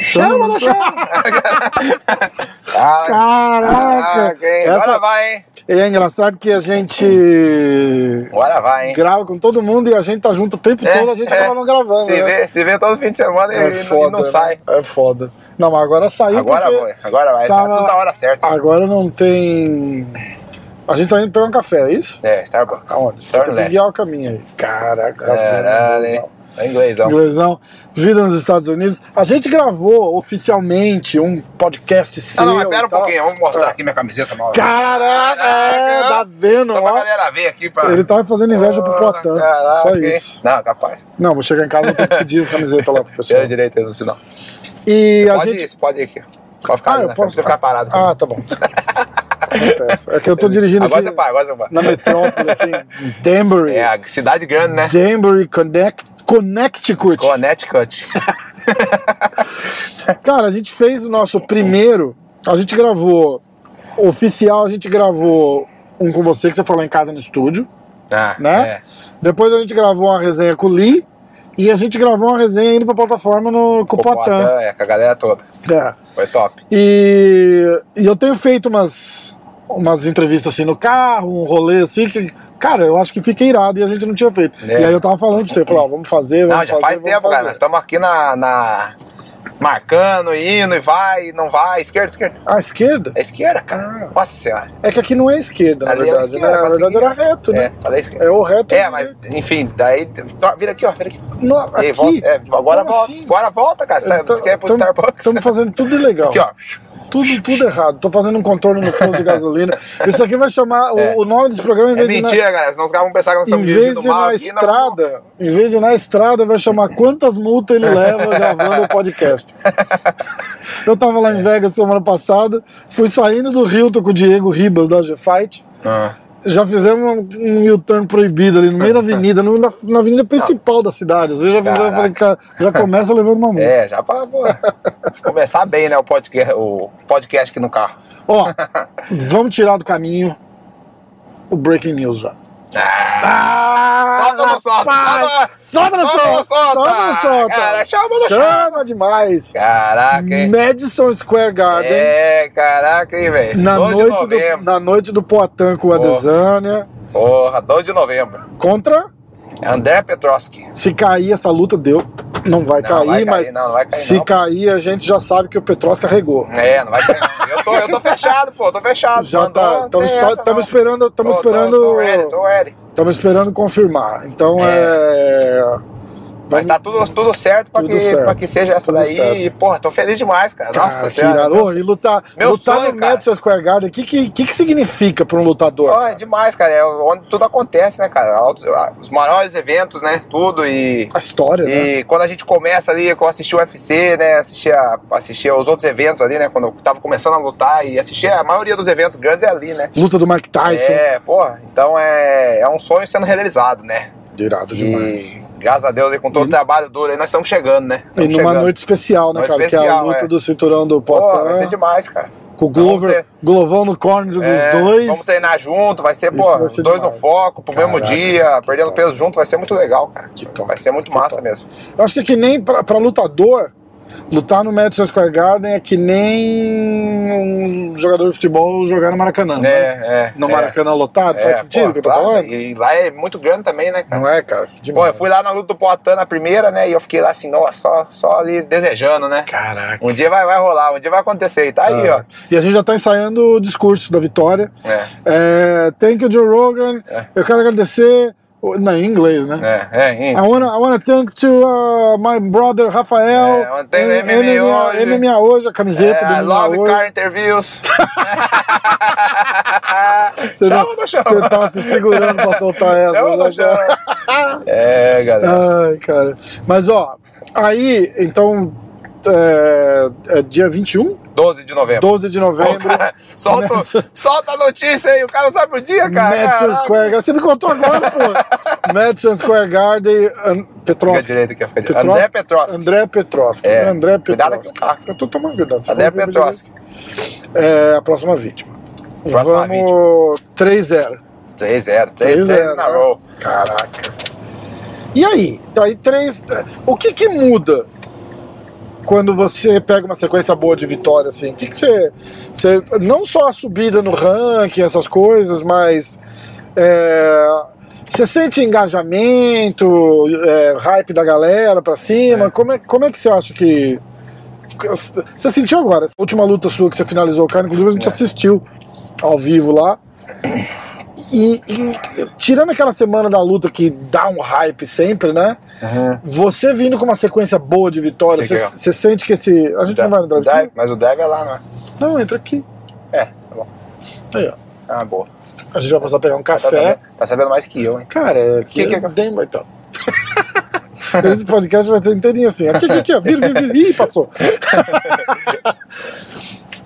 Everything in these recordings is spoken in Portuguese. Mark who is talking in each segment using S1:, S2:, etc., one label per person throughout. S1: Chama na chama!
S2: Ah,
S1: Caraca!
S2: caraca, hein?
S1: Essa-
S2: Agora vai, hein?
S1: E é engraçado que a gente
S2: Agora vai, hein?
S1: grava com todo mundo e a gente tá junto o tempo
S2: É,
S1: todo, a gente
S2: é.
S1: acaba não gravando.
S2: Se
S1: né?
S2: vê, se vê todo fim de semana e,
S1: É
S2: e
S1: foda.
S2: não sai.
S1: né? É foda. Não, mas agora saiu
S2: Agora
S1: porque
S2: vai, agora vai.
S1: tava- Ah.
S2: Tá tudo na hora certa.
S1: agora não tem. A gente tá indo pegar um café, é isso?
S2: É, Starbucks.
S1: Aonde? Tem
S2: Turn
S1: que
S2: left.
S1: guiar o caminho aí. Caraca,
S2: né. Caralho, hein?
S1: inglesão.
S2: É inglêsão.
S1: Inglesão, vida nos Estados Unidos. A gente gravou oficialmente um podcast seu.
S2: Ah, não, mas pera
S1: e
S2: um
S1: tal.
S2: pouquinho. Vamos mostrar aqui minha camiseta nova.
S1: Caraca, é,
S2: Caraca.
S1: tá vendo,
S2: Só pra
S1: ó.
S2: galera ver aqui. Pra...
S1: Ele tava fazendo inveja pro Poitin.
S2: Ah, Caraca,
S1: Só
S2: hein?
S1: isso.
S2: Não, capaz.
S1: Não, vou chegar em casa e vou ter que pedir as camisetas lá pro pessoal.
S2: Tira a direita aí no sinal.
S1: E a
S2: pode
S1: gente.
S2: ir, você pode ir aqui. Pode ficar
S1: Ah,
S2: ali
S1: eu
S2: na frente,
S1: posso
S2: você ficar parado.
S1: Ah, tá bom. Acontece. É que eu tô dirigindo
S2: agora
S1: aqui
S2: você para, agora você para.
S1: na metrópole aqui em Danbury.
S2: É a cidade grande, né?
S1: Danbury, Connect, Connecticut.
S2: Connecticut.
S1: Cara, a gente fez o nosso primeiro. A gente gravou. Oficial, a gente gravou um com você que você falou em casa no estúdio.
S2: Ah,
S1: Né?
S2: é.
S1: Depois a gente gravou uma resenha com o Lee. E a gente gravou uma resenha indo pra plataforma no Copatã.
S2: Copotã, É, com a galera toda.
S1: É.
S2: Foi top.
S1: E, e eu tenho feito umas, umas entrevistas assim no carro, um rolê assim, que, cara, eu acho que fica irado e a gente não tinha feito.
S2: É.
S1: E aí eu tava falando pra você, falei, ó, vamos fazer, vamos
S2: Não, já
S1: fazer,
S2: faz
S1: vamos
S2: tempo,
S1: fazer.
S2: cara. Nós estamos aqui na, na- Marcando, indo e vai, não vai. Esquerda, esquerda.
S1: A Ah, esquerda?
S2: É esquerda, cara. Nossa senhora.
S1: É que aqui não é esquerda, na
S2: Ali é
S1: verdade.
S2: esquerda,
S1: né? Na
S2: mas
S1: verdade era reto,
S2: É,
S1: né?
S2: falei esquerda.
S1: É o reto.
S2: É, mas, enfim, daí. Tó, Vira aqui, ó. Vira aqui.
S1: No,
S2: E aí,
S1: aqui,
S2: volta, é, agora
S1: como
S2: volta.
S1: assim?
S2: Agora volta, cara. Você, tá-
S1: Eu tô-
S2: você quer ir pro
S1: tamo-
S2: Starbucks?
S1: Estamos fazendo tudo ilegal.
S2: Aqui, ó.
S1: Tudo, tudo errado. Tô fazendo um contorno no posto de gasolina. Isso aqui vai chamar. o-
S2: É.
S1: O, nome desse programa, em
S2: É
S1: vez de né, na-
S2: mentira, galera. Senão os caras vão pensar que nós
S1: Em
S2: estamos
S1: vez
S2: dirigindo
S1: de
S2: mal
S1: na
S2: aqui. nós vamos-
S1: estrada, em vez de na estrada, vai chamar quantas multas ele leva gravando o podcast. Eu tava
S2: É.
S1: lá em Vegas semana passada, fui saindo do Hilton com o Diego Ribas da G-Fight.
S2: Ah.
S1: Já fizemos um- um U-turn proibido ali no meio da avenida, no- na, na avenida principal da cidade. Às vezes já, fizemos, eu falei, cara, já começa levando uma multa.
S2: É, já pra pô, começar bem, né? O podcast, o podcast aqui no carro.
S1: Ó, vamos tirar do caminho o Breaking News já.
S2: Ah,
S1: Ah,
S2: solta ou não solta?
S1: rapaz! Solta ou não solta? Solta ou não solta?
S2: Cara, chama ou não chama?
S1: Chama demais!
S2: Caraca, hein?
S1: Madison Square Garden.
S2: É, caraca, hein, velho?
S1: Na
S2: 2 É. de
S1: noite, do,
S2: novembro.
S1: na noite do Poitin com a
S2: Boa.
S1: Adesanya.
S2: Porra, 2 de novembro.
S1: Contra,
S2: André Petroski.
S1: se cair essa luta, deu. Não vai
S2: Não,
S1: cair,
S2: vai cair,
S1: mas
S2: não, não vai cair,
S1: se
S2: não.
S1: cair, a gente já sabe que o Petros carregou.
S2: É, não vai cair não. Eu tô, eu tô fechado, pô, tô fechado.
S1: Já tá.
S2: Estamos
S1: Estamos esperando. Estamos
S2: Tô ready,
S1: esperando.
S2: tô ready.
S1: Estamos esperando confirmar. Então é. vai-
S2: Mas tá tudo, tudo certo pra
S1: Tudo
S2: que,
S1: certo.
S2: pra que seja essa
S1: Tudo
S2: daí.
S1: certo.
S2: E, porra, tô feliz demais, cara.
S1: Cara,
S2: Nossa
S1: que
S2: senhora.
S1: irado. né? Ô, e lutar,
S2: Meu
S1: lutar
S2: sonho,
S1: no
S2: cara.
S1: Madison Square Garden, o que, que, que que significa para um lutador?
S2: Ó, é demais, cara. É onde tudo acontece, né, cara? Altos- Os maiores eventos, né? Tudo e.
S1: A história, né?
S2: E quando a gente começa ali, eu assisti o UFC, né? Assisti, a, assisti aos outros eventos ali, né? Quando eu tava começando a lutar e assisti a maioria dos eventos grandes é ali, né?
S1: Luta do Mike Tyson.
S2: É, porra, então é, é um sonho sendo realizado, né?
S1: Irado demais.
S2: E graças a Deus aí, com todo o trabalho duro aí, nós estamos chegando, né?
S1: E
S2: Estamos
S1: numa
S2: chegando.
S1: noite né? especial, né,
S2: Noite
S1: cara? que é a
S2: especial,
S1: luta
S2: é.
S1: do cinturão do
S2: Pô, vai
S1: Potan,
S2: ser demais, cara.
S1: com o Glover,
S2: Vamos
S1: Glovão no corner dos
S2: É,
S1: dois.
S2: Vamos treinar junto, vai ser,
S1: Isso
S2: pô,
S1: vai
S2: os
S1: ser
S2: dois
S1: demais.
S2: no foco, pro mesmo
S1: Caraca,
S2: dia,
S1: que
S2: perdendo
S1: top.
S2: peso junto, vai ser muito legal, cara.
S1: Que top,
S2: Vai ser muito
S1: que
S2: massa
S1: top.
S2: mesmo.
S1: Eu acho que é que nem pra, pra lutador, lutar no Madison Square Garden é que nem um jogador de futebol jogar no Maracanã, né?
S2: É, é.
S1: No
S2: é.
S1: Maracanã lotado, faz
S2: É,
S1: sentido
S2: pô,
S1: o que eu tô
S2: claro,
S1: falando?
S2: E lá é muito grande também, né, cara?
S1: Não é, cara? Que
S2: Pô,
S1: demais.
S2: eu fui lá na luta do Poitin na primeira, né? E eu fiquei lá assim, nossa, só, só ali desejando, né?
S1: Caraca.
S2: Um dia vai, vai rolar, um dia vai acontecer. E tá aí, ó.
S1: Cara. E a gente já tá ensaiando o discurso da vitória.
S2: É,
S1: É, thank you, Joe Rogan.
S2: É.
S1: Eu quero agradecer. o- Não, em inglês, né?
S2: é, é.
S1: I wanna, I wanna thank to uh, my brother Rafael.
S2: É, ontem o MMA hoje.
S1: MMA é hoje, a camiseta
S2: É, I
S1: do MMA
S2: love
S1: hoje.
S2: car interviews.
S1: Você
S2: chama
S1: tá-
S2: ou não chama?
S1: Você tá se segurando pra soltar essa.
S2: Chama ou não
S1: né, cara?
S2: chama? É, galera.
S1: Ai, cara. Mas ó, aí, então, é, é dia 21,
S2: 12 de novembro.
S1: 12 de novembro.
S2: Ô, cara, solta,
S1: Madison-
S2: solta a notícia aí, o cara não sabe o dia, cara.
S1: Madison
S2: Caraca.
S1: Square Garden. Você me contou agora, pô. Madison Square Garden, An-
S2: Fica
S1: Petrovski.
S2: direito aqui, fica direito.
S1: Petrovski? André
S2: André Petrovski.
S1: Petrovski.
S2: É,
S1: André
S2: cuidado
S1: Petrovski.
S2: com o carro.
S1: Eu tô tomando cuidado. você
S2: André
S1: falou que eu
S2: Petrovski.
S1: É a próxima vítima.
S2: Próxima
S1: Vamos 3-0.
S2: 3-0, 3-0 na
S1: né?
S2: roll.
S1: Caraca. E aí? Então, Aí três. O que que muda quando você pega uma sequência boa de vitória assim? O que que você, você não só a subida no ranking, essas coisas, mas é, você sente engajamento, é, hype da galera pra cima?
S2: É.
S1: Como, é, como é que você acha que você sentiu agora? Essa última luta sua que você finalizou, cara, inclusive a gente
S2: É.
S1: assistiu ao vivo lá. E, e tirando aquela semana da luta que dá um hype sempre, né? Você vindo com uma sequência boa de vitórias, você
S2: Que legal.
S1: você sente que esse. A gente não vai no
S2: O
S1: drive
S2: dive, mas o dive é lá, não é?
S1: Não, entra aqui.
S2: É, tá bom.
S1: Aí, ó.
S2: Ah, boa.
S1: A gente vai passar a pegar um
S2: Tá
S1: café.
S2: sabendo, tá sabendo mais que eu, hein?
S1: Cara, aqui
S2: Que que
S1: é
S2: é-
S1: Denver, então. Esse podcast vai ser inteirinho assim. Aqui, aqui, aqui, ó. Vira, vira, vira. Ih, passou.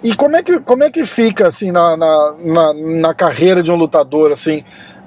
S1: e como é que, como é que fica, assim, na, na, na, na carreira de um lutador, assim?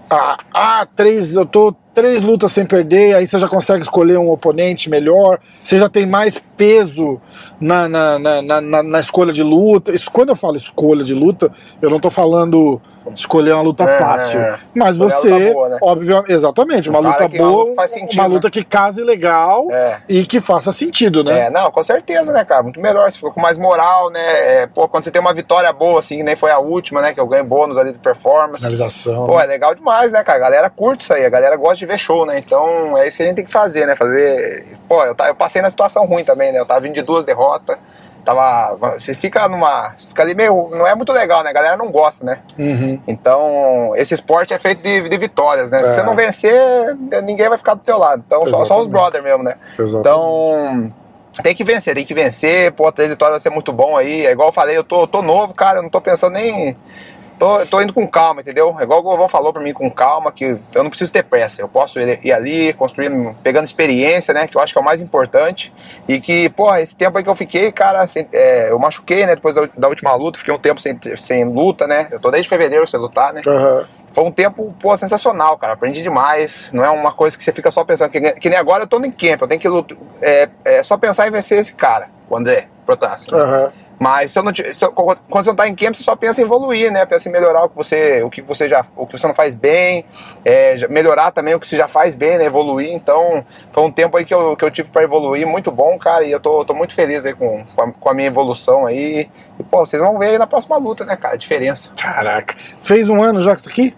S1: Ah, ah, três, eu tô três lutas sem perder, aí você já consegue escolher um oponente melhor, você já tem mais peso na, na, na, na, na- na escolha de luta. Isso, quando eu falo escolha de luta, eu não tô falando escolher uma luta
S2: É,
S1: fácil.
S2: é, é.
S1: Mas
S2: Escolher uma
S1: você,
S2: luta boa, né?
S1: Óbvio, exatamente, uma
S2: Cara,
S1: luta
S2: que uma
S1: boa,
S2: luta faz sentido,
S1: uma
S2: né?
S1: luta que case legal
S2: É.
S1: e que faça sentido, né?
S2: É, não, com certeza, né, cara? Muito melhor, você ficou com mais moral, né? É, pô, quando você tem uma vitória boa, assim, que nem foi a última, né? Que eu ganhei bônus ali de performance.
S1: Finalização.
S2: Pô, é legal demais, né, cara? A galera curte isso aí, a galera gosta de ver show, né? Então é isso que a gente tem que fazer, né? Fazer. Pô, eu, ta- eu passei na situação ruim também, né? Eu tava vindo de duas derrotas. Tava. Você fica numa. Você fica ali meio. Não é muito legal, né? A galera não gosta, né?
S1: Uhum.
S2: Então, esse esporte é feito de, de vitórias, né?
S1: É.
S2: Se você não vencer, ninguém vai ficar do teu lado. Então, só, só os
S1: Exatamente.
S2: brother mesmo, né?
S1: Exato.
S2: Então, tem que vencer, tem que vencer. Pô, três vitórias vai ser muito bom aí. É igual eu falei, eu tô, eu tô novo, cara, eu não tô pensando nem. Tô, tô indo com calma, entendeu? É igual o Govão falou pra mim, com calma, que eu não preciso ter pressa. Eu posso ir, ir ali, construindo, pegando experiência, né? Que eu acho que é o mais importante. E que, porra, esse tempo aí que eu fiquei, cara, sem- é, eu machuquei, né? Depois da, da última luta, fiquei um tempo sem, sem luta, né? Eu tô desde fevereiro sem lutar, né?
S1: Aham.
S2: Foi um tempo, pô, sensacional, cara. Aprendi demais. Não é uma coisa que você fica só pensando. Que, que nem agora eu tô em camp, eu tenho que lutar. É, é só pensar em vencer esse cara, o André Protássio.
S1: Aham.
S2: Mas se eu não, ti- se eu- quando você não tá em camp, você só pensa em evoluir, né? Pensa em melhorar o que você, o que você já, o que você não faz bem, é, já- melhorar também o que você já faz bem, né? Evoluir. Então, foi um tempo aí que eu, que eu tive para evoluir, muito bom, cara. E eu tô, tô muito feliz aí com, com, a, com a minha evolução aí. E, pô, vocês vão ver aí na próxima luta, né, cara? A diferença.
S1: Caraca. Fez um ano já que você tá aqui?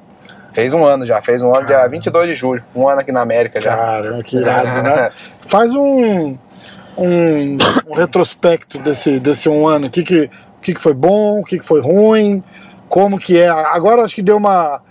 S2: Fez um ano já, fez um ano
S1: Caramba.
S2: dia 22 de julho, um ano aqui na América já.
S1: Caramba, que irado, né? Faz um, um, um retrospecto desse, desse um ano. O que, que, o que, que foi bom, o que, que foi ruim, como que é. Agora acho que deu uma.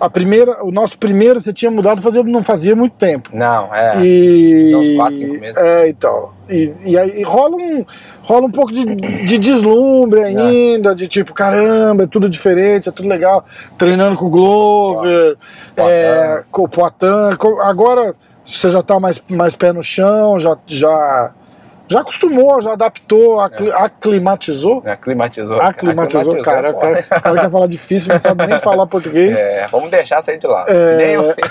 S1: A primeira, o nosso primeiro você tinha mudado fazia, não fazia muito tempo.
S2: Não, é.
S1: E.
S2: Dá uns quatro, cinco meses.
S1: É, então. E, e aí rola um, rola um pouco de, de deslumbre
S2: É.
S1: ainda, de tipo, caramba, é tudo diferente, é tudo legal. Treinando com o Glover,
S2: Poitin.
S1: é, com o Poitin. com- Agora você já tá mais, mais pé no chão, já, já, já acostumou, já adaptou, acli-
S2: É.
S1: aclimatizou.
S2: né, Climatizou.
S1: Ah, Aclimatizou, cara. O
S2: pô.
S1: cara, o cara quer falar difícil, não sabe nem falar português.
S2: É, vamos deixar sair de lá.
S1: É.
S2: Nem eu sei.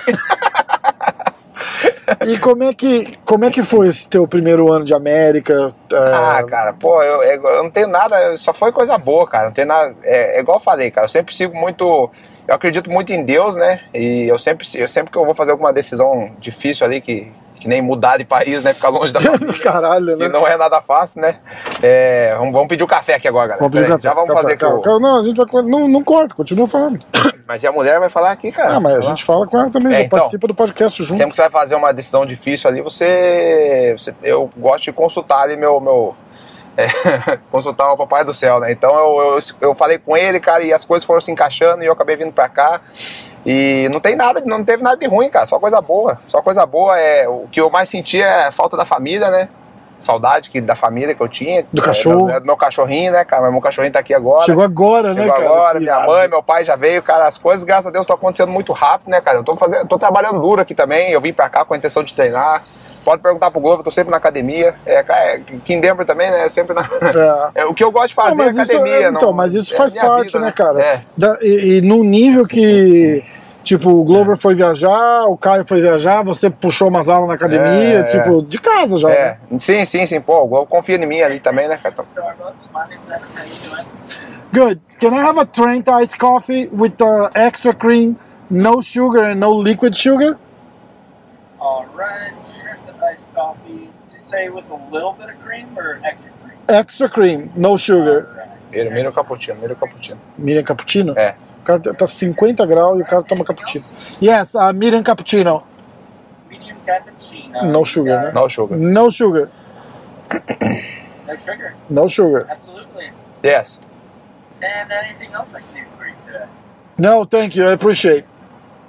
S1: E como é, que, como é que foi esse teu primeiro ano de América? É,
S2: Ah, cara, pô, eu, eu- eu não tenho nada, só foi coisa boa, cara. Não tem nada. É, é igual eu falei, cara, eu sempre sigo muito. Eu acredito muito em Deus, né? E eu sempre, eu sempre que eu vou fazer alguma decisão difícil ali, que, que nem mudar de país, né? Ficar longe da família.
S1: Caralho, né?
S2: que não é nada fácil, né? É, vamos, vamos pedir o café aqui agora, galera.
S1: Vamos pedir
S2: Peraí,
S1: café.
S2: É, Já vamos
S1: Café,
S2: fazer
S1: calma,
S2: com.
S1: calma. Não, a gente vai. co- Não, não corta, continua falando.
S2: Mas e a mulher vai falar aqui, cara?
S1: Ah, mas a
S2: É, Vai lá.
S1: gente fala com ela também,
S2: É,
S1: já
S2: então.
S1: participa do podcast junto.
S2: Sempre que você vai fazer uma decisão difícil ali, você. você- eu gosto de consultar ali meu. meu é, consultar o Papai do Céu, né? Então eu, eu, eu falei com ele, cara, e as coisas foram se encaixando e eu acabei vindo pra cá. E não tem nada, não teve nada de ruim, cara, só coisa boa. Só coisa boa é. O que eu mais senti é a falta da família, né? Saudade que, da família que eu tinha.
S1: Do
S2: é,
S1: cachorro.
S2: Do, do meu cachorrinho, né, cara? Mas meu cachorrinho tá aqui agora.
S1: Chegou agora, né,
S2: Chegou
S1: cara?
S2: agora,
S1: Que
S2: minha
S1: irado.
S2: mãe, meu pai já veio, cara. As coisas, graças a Deus, estão acontecendo muito rápido, né, cara? Eu tô fazendo, tô trabalhando duro aqui também. Eu vim pra cá com a intenção de treinar. Pode perguntar pro Globo, eu tô sempre na academia. É, é Kim Denver também, né? Sempre na.
S1: É.
S2: É, o que eu gosto de fazer
S1: Não, mas
S2: é
S1: isso-
S2: academia.
S1: é,
S2: não-
S1: então, mas isso
S2: é a
S1: faz
S2: minha
S1: parte,
S2: vida,
S1: né, cara?
S2: É.
S1: Da- e, e num nível que. Tipo, o
S2: É.
S1: Glover foi viajar, o Caio foi viajar, você puxou umas aulas na academia,
S2: É, é.
S1: tipo, de casa já. né?
S2: É, sim, sim, sim, pô, o Globo confia em mim ali também, né, cara? Então,
S1: Good. Can I have a Trent iced coffee with uh, extra cream, no sugar and no liquid sugar?
S3: Alright, here's the iced coffee. Did you say with a little bit of cream or extra cream?
S1: Extra cream, no sugar.
S3: Alright.
S2: Mira, mira o cappuccino, mira o cappuccino.
S1: Miriam Cappuccino?
S2: É.
S1: O cara tá- tá 50 graus e o cara toma cappuccino. Yes, uh, Miriam Cappuccino,
S3: Medium cappuccino.
S1: No sugar, né?
S2: Não, sugar.
S1: no sugar,
S3: No sugar,
S1: no sugar.
S3: absolutely.
S2: Yes.
S3: And anything else I can do for you today?
S1: No, thank you, I appreciate.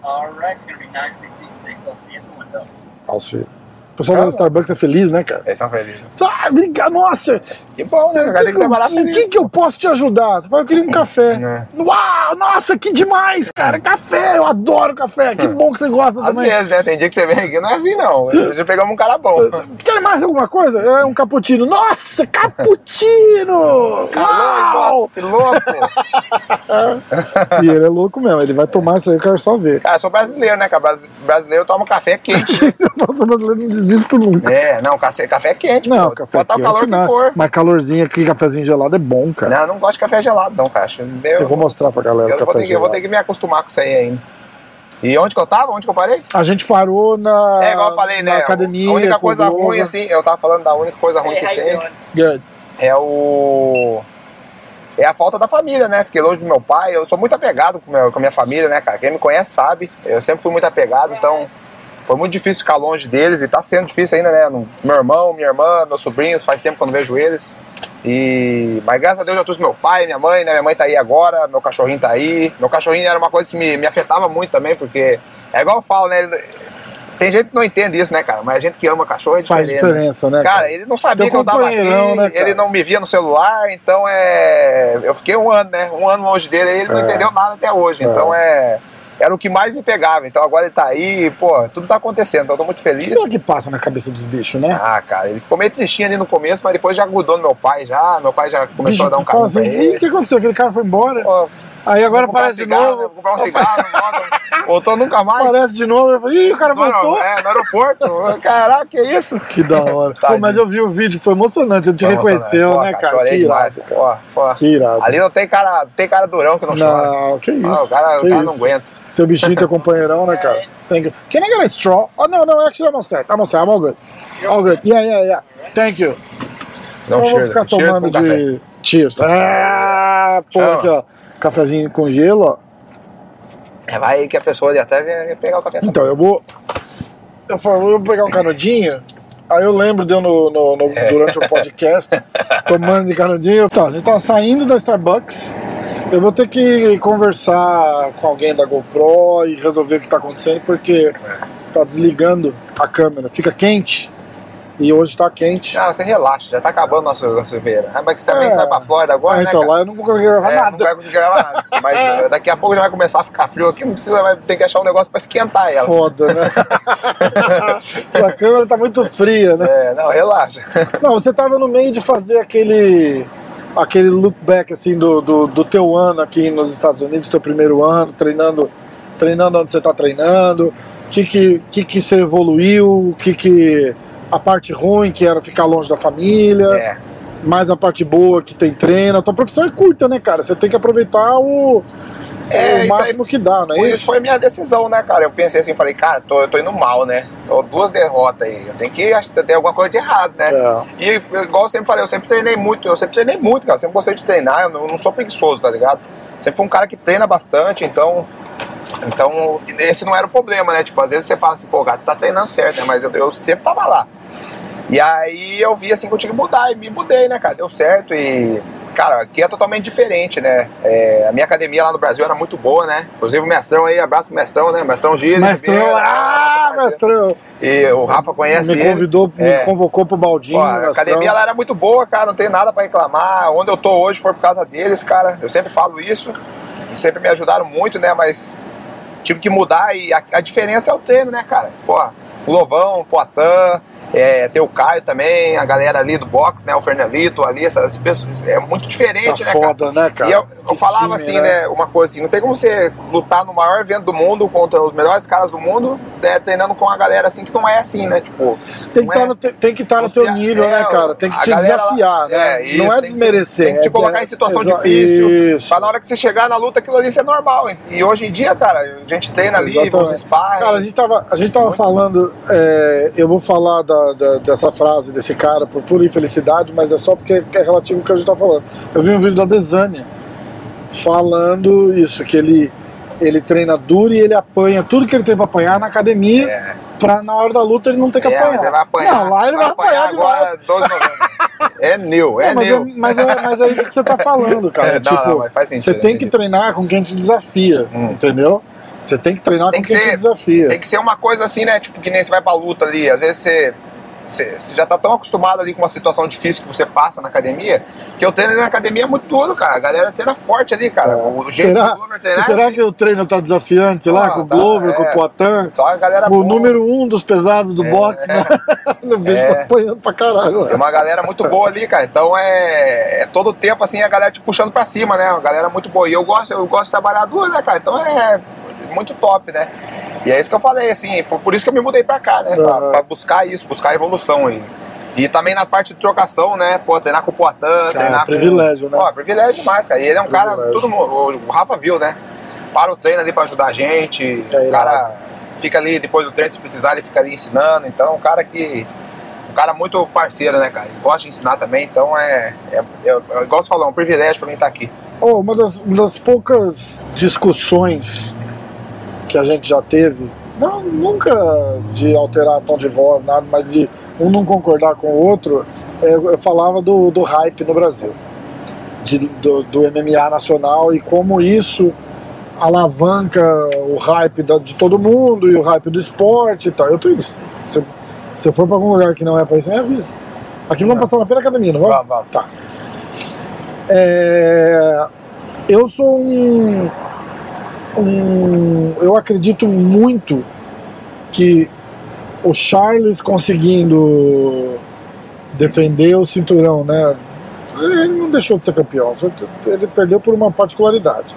S3: Alright, it's gonna be 966. I'll see you in the window.
S1: Alci. O pessoal da Starbucks é feliz, né, cara?
S2: Eles são felizes.
S1: Ah, obrigado, nossa!
S2: Que bom,
S1: Cê-
S2: né? O cara tem que
S1: que-
S2: trabalhar
S1: em
S2: feliz.
S1: que, que eu posso te ajudar? Você fala, eu queria um café.
S2: É.
S1: Uau, nossa, que demais, cara. Café, eu adoro café.
S2: É.
S1: Que bom que você gosta
S2: Às
S1: também.
S2: vezes, né? Tem dia que você vem aqui, não é assim não. Já pegamos um cara bom.
S1: Quer mais alguma coisa? É um cappuccino. Nossa, cappuccino!
S2: Calor,
S1: Uau!
S2: nossa, que louco!
S1: E ele é louco mesmo, ele vai tomar isso aí, eu quero só ver.
S2: Cara, eu sou brasileiro, né? cara? Brasi- Brasileiro toma café quente.
S1: Nossa, brasileiro não desisto nunca.
S2: É, não, café, café é quente.
S1: Não,
S2: pô.
S1: café
S2: Pode estar o
S1: quente
S2: calor
S1: não.
S2: que for.
S1: Mas calorzinho aqui, cafezinho gelado é bom, cara.
S2: Não, eu não gosto de café gelado, não, cara. Acho- Eu,
S1: Eu vou mostrar pra galera
S2: eu
S1: o café
S2: vou ter que, eu
S1: gelado.
S2: vou ter que me acostumar com isso aí ainda. E onde que eu tava? Onde que eu parei?
S1: A gente parou na,
S2: é, igual eu falei,
S1: Ah, na
S2: né?
S1: academia.
S2: a única
S1: com
S2: coisa
S1: o Glover.
S2: ruim, assim, eu tava falando da única coisa ruim
S3: Hey,
S2: que
S3: how you
S2: tem.
S3: doing?
S1: Good.
S2: é o. É a falta da família, né? Fiquei longe do meu pai. Eu sou muito apegado com, meu, com a minha família, né, cara? Quem me conhece sabe. Eu sempre fui muito apegado, então foi muito difícil ficar longe deles e tá sendo difícil ainda, né? No- Meu irmão, minha irmã, meus sobrinhos, faz tempo que eu não vejo eles. E. Mas graças a Deus eu trouxe meu pai, minha mãe, né? Minha mãe tá aí agora, meu cachorrinho tá aí. Meu cachorrinho era uma coisa que me, me afetava muito também, porque. É igual eu falo, né? ele- Tem gente que não entende isso, né, cara? Mas a gente que ama cachorro é
S1: Faz
S2: diferente. né?
S1: diferença, né?
S2: Cara, ele não sabia
S1: Teu
S2: que eu tava aqui,
S1: companheirão, né, cara?
S2: ele não me via no celular, então é. Eu fiquei um ano, né? Um ano longe dele, aí ele não
S1: É.
S2: entendeu nada até hoje.
S1: É.
S2: Então é. Era o que mais me pegava. Então agora ele tá aí, pô, tudo tá acontecendo, então eu tô muito
S1: O que
S2: feliz.
S1: será que passa na cabeça dos bichos, né?
S2: Ah, cara, ele ficou meio tristinho ali no começo, mas depois já grudou no meu pai, já. Meu pai já começou
S1: Bicho
S2: a dar um
S1: fala
S2: carinho
S1: assim,
S2: pra
S1: "Ih, o
S2: ele.
S1: que aconteceu? Aquele cara foi embora.
S2: Pô,
S1: Aí agora
S2: vou comprar um
S1: aparece de
S2: cigarro, né?
S1: novo.
S2: Vou comprar um cigarro, volta. Voltou nunca mais.
S1: Aparece de novo. eu falo, Ih, o cara
S2: Mano,
S1: voltou.
S2: é, no aeroporto. Caraca, que isso?
S1: Que da hora. Pô, mas eu vi o vídeo, foi emocionante. Ele te reconheceu,
S2: Pô,
S1: né, cara?
S2: chorei
S1: Que
S2: demais,
S1: irado, cara.
S2: Pô, pô.
S1: Que irado.
S2: Ali não tem cara, tem cara durão que não, chora.
S1: Não, que isso.
S2: Ah, o cara, o
S1: que
S2: cara não
S1: isso.
S2: aguenta.
S1: Teu bichinho, teu companheirão, né, cara? Thank you. Can I get a straw? Oh, no, no, actually, I'm all set. I'm all set. Tá I'm all good. All good. Yeah, yeah, yeah. Thank you.
S2: Não
S1: eu vou ficar tomando de... Cheers. Ah, pô,
S2: Chama.
S1: aqui, ó. Cafezinho com gelo, ó.
S2: É, vai aí que a pessoa ali atrás quer pegar o café. também.
S1: Então, eu vou. Eu falo, eu vou pegar um canudinho. Aí eu lembro deu no, no- no-
S2: É.
S1: durante o podcast, tomando de canudinho. Tá, a gente tá saindo da Starbucks. Eu vou ter que conversar com alguém da GoPro e resolver o que tá acontecendo, porque tá desligando a câmera. Fica quente. E hoje tá quente.
S2: Ah, você relaxa, já tá acabando nosso, nosso beira. Ah, mas que você também
S1: É.
S2: vai pra Flórida agora,
S1: Ah,
S2: né?
S1: então,
S2: cara?
S1: lá eu não vou conseguir gravar
S2: É,
S1: nada. É.
S2: não vai conseguir gravar nada. Mas eh, daqui a pouco já vai começar a ficar frio aqui, não precisa, vai ter que achar um negócio pra esquentar ela.
S1: Foda, né? a câmera tá muito fria, né?
S2: É, não, relaxa.
S1: Não, você tava no meio de fazer aquele aquele look back assim do, do, do teu ano aqui nos Estados Unidos, teu primeiro ano, treinando, treinando onde você tá treinando, o que que, que que você evoluiu, o que que a parte ruim que era ficar longe da família,
S2: É,
S1: mais a parte boa que tem treino. A tua profissão é curta, né, cara? Você tem que aproveitar o,
S2: É,
S1: o
S2: isso
S1: máximo que dá, não é
S2: Por
S1: isso?
S2: isso foi minha decisão, né, cara? Eu pensei assim, falei, cara, tô, eu tô indo mal, né? Tô duas derrotas aí. Eu tenho que acho que tem alguma coisa de errado, né?
S1: É.
S2: E igual eu sempre falei, eu sempre treinei muito, eu sempre treinei muito, cara. Eu sempre gostei de treinar, eu não, eu não sou preguiçoso, tá ligado? Sempre fui um cara que treina bastante, então. Então, esse não era o problema, né? Tipo, às vezes você fala assim, pô, cara, tá treinando certo, né? Mas eu, eu sempre tava lá. E aí eu vi assim que eu tinha que mudar, e me mudei, né, cara? Deu certo e. Cara, aqui é totalmente diferente, né? É, a minha academia lá no Brasil era muito boa, né? Inclusive o mestrão aí, abraço pro mestrão, né? Mestrão Gilles.
S1: Mestrão,
S2: Vieira,
S1: ah,
S2: nosso parceiro.
S1: mestrão!
S2: E o Rafa conhece
S1: me
S2: ele.
S1: convidou, me
S2: É.
S1: convocou pro baldinho.
S2: Pô, a
S1: mestrão.
S2: academia lá era muito boa, cara, não tem nada pra reclamar. Onde eu tô hoje foi por causa deles, cara. Eu sempre falo isso. E sempre me ajudaram muito, né? Mas tive que mudar e a, a diferença é o treino, né, cara? Pô, o Lovão, o Poitin, É, tem o Caio também, a galera ali do box, né? O Fernandito ali, essas pessoas. É muito diferente,
S1: Tá
S2: né, cara?
S1: foda, né, cara?
S2: E eu, eu
S1: Que
S2: falava
S1: time,
S2: assim, né? Uma coisa assim, não tem como você lutar no maior evento do mundo contra os melhores caras do mundo, né, treinando com uma galera assim que não é assim, né? Tipo,
S1: Tem
S2: não
S1: que
S2: é-
S1: estar no, te- tem que tá no teu
S2: é,
S1: nível, né, cara? Tem que
S2: a
S1: te
S2: galera lá-
S1: desafiar, né?
S2: é, isso,
S1: não é
S2: tem que
S1: desmerecer.
S2: ser- tem que te
S1: é
S2: colocar em situação
S1: exa-
S2: difícil,
S1: Isso.
S2: pra na hora que você chegar na luta, aquilo ali isso é normal. E hoje em dia, cara, a gente treina ali,
S1: Exatamente.
S2: os sparring.
S1: Cara, a gente tava, a gente tava falando, é, eu vou falar da- da- dessa frase desse cara por pura infelicidade, mas é só porque é relativo ao que a gente tá falando. Eu vi um vídeo da Desânia falando isso, que ele, ele treina duro e ele apanha tudo que ele tem pra apanhar na academia,
S2: É.
S1: pra na hora da luta ele não ter que
S2: é,
S1: apanhar.
S2: mas ele vai apanhar.
S1: Não, lá ele vai, apanhar, demais.
S2: agora, 12 novembro. É new, é
S1: Não, mas, é,
S2: new.
S1: mas, é, mas é isso que você tá falando, cara.
S2: É, não,
S1: tipo,
S2: não, mas faz sentido,
S1: você tem que
S2: entendi.
S1: treinar com quem te desafia,
S2: Hum.
S1: entendeu? Você tem que treinar
S2: Tem
S1: com
S2: que
S1: quem
S2: ser-
S1: te desafia.
S2: Tem que ser uma coisa assim, né? Tipo, que nem você vai pra luta ali. Às vezes você, você, você já tá tão acostumado ali com uma situação difícil que você passa na academia, que eu treino na academia é muito duro, cara. A galera treina forte ali, cara.
S1: É.
S2: O jeito
S1: Será,
S2: do Glover assim. treinar.
S1: será que o treino tá desafiante lá
S2: Ah,
S1: com o
S2: tá,
S1: Glover,
S2: é.
S1: com o Poitin?
S2: Só a galera
S1: O
S2: boa.
S1: número um dos pesados do boxe, né? O bicho
S2: É.
S1: tá apanhando pra caralho.
S2: Tem
S1: né?
S2: uma galera muito boa ali, cara. Então é, é todo tempo assim a galera te puxando pra cima, né? Uma galera muito boa. E eu gosto, eu gosto de trabalhar duro, né, cara? Então é muito top, né? E é isso que eu falei, assim, foi por isso que eu me mudei pra cá, né? Pra,
S1: Aham.
S2: pra buscar isso, buscar a evolução aí. E também na parte de trocação, né? Pô, treinar com o Poitin, treinar
S1: privilégio,
S2: com.
S1: né?
S2: Ó, privilégio demais, cara. E ele é um cara,
S1: Privilégio.
S2: todo mundo. O Rafa viu, né? Para o treino ali pra ajudar a gente.
S1: É
S2: o cara fica ali depois do treino, se precisar, ele fica ali ensinando. Então, um cara que. Um cara muito parceiro, né, cara? Ele Gosta de ensinar também, então é. É, é, é igual você falou, é um privilégio pra mim estar aqui.
S1: Ó, uma, das, uma das poucas discussões que a gente já teve, não, nunca de alterar tom de voz, nada, mas de um não concordar com o outro, é, eu falava do, do hype no Brasil, de- do, do MMA nacional e como isso alavanca o hype da- de todo mundo e o hype do esporte e tal. Eu tô isso. Se, se eu for pra algum lugar que não é pra isso, me avisa. Aqui vamos passar na Feira Academia, não vamos?
S2: Vamos, vamos.
S1: Tá. É, eu sou um, um- Eu acredito muito que o Charles conseguindo defender o cinturão, né? Ele não deixou de ser campeão, só que ele perdeu por uma particularidade.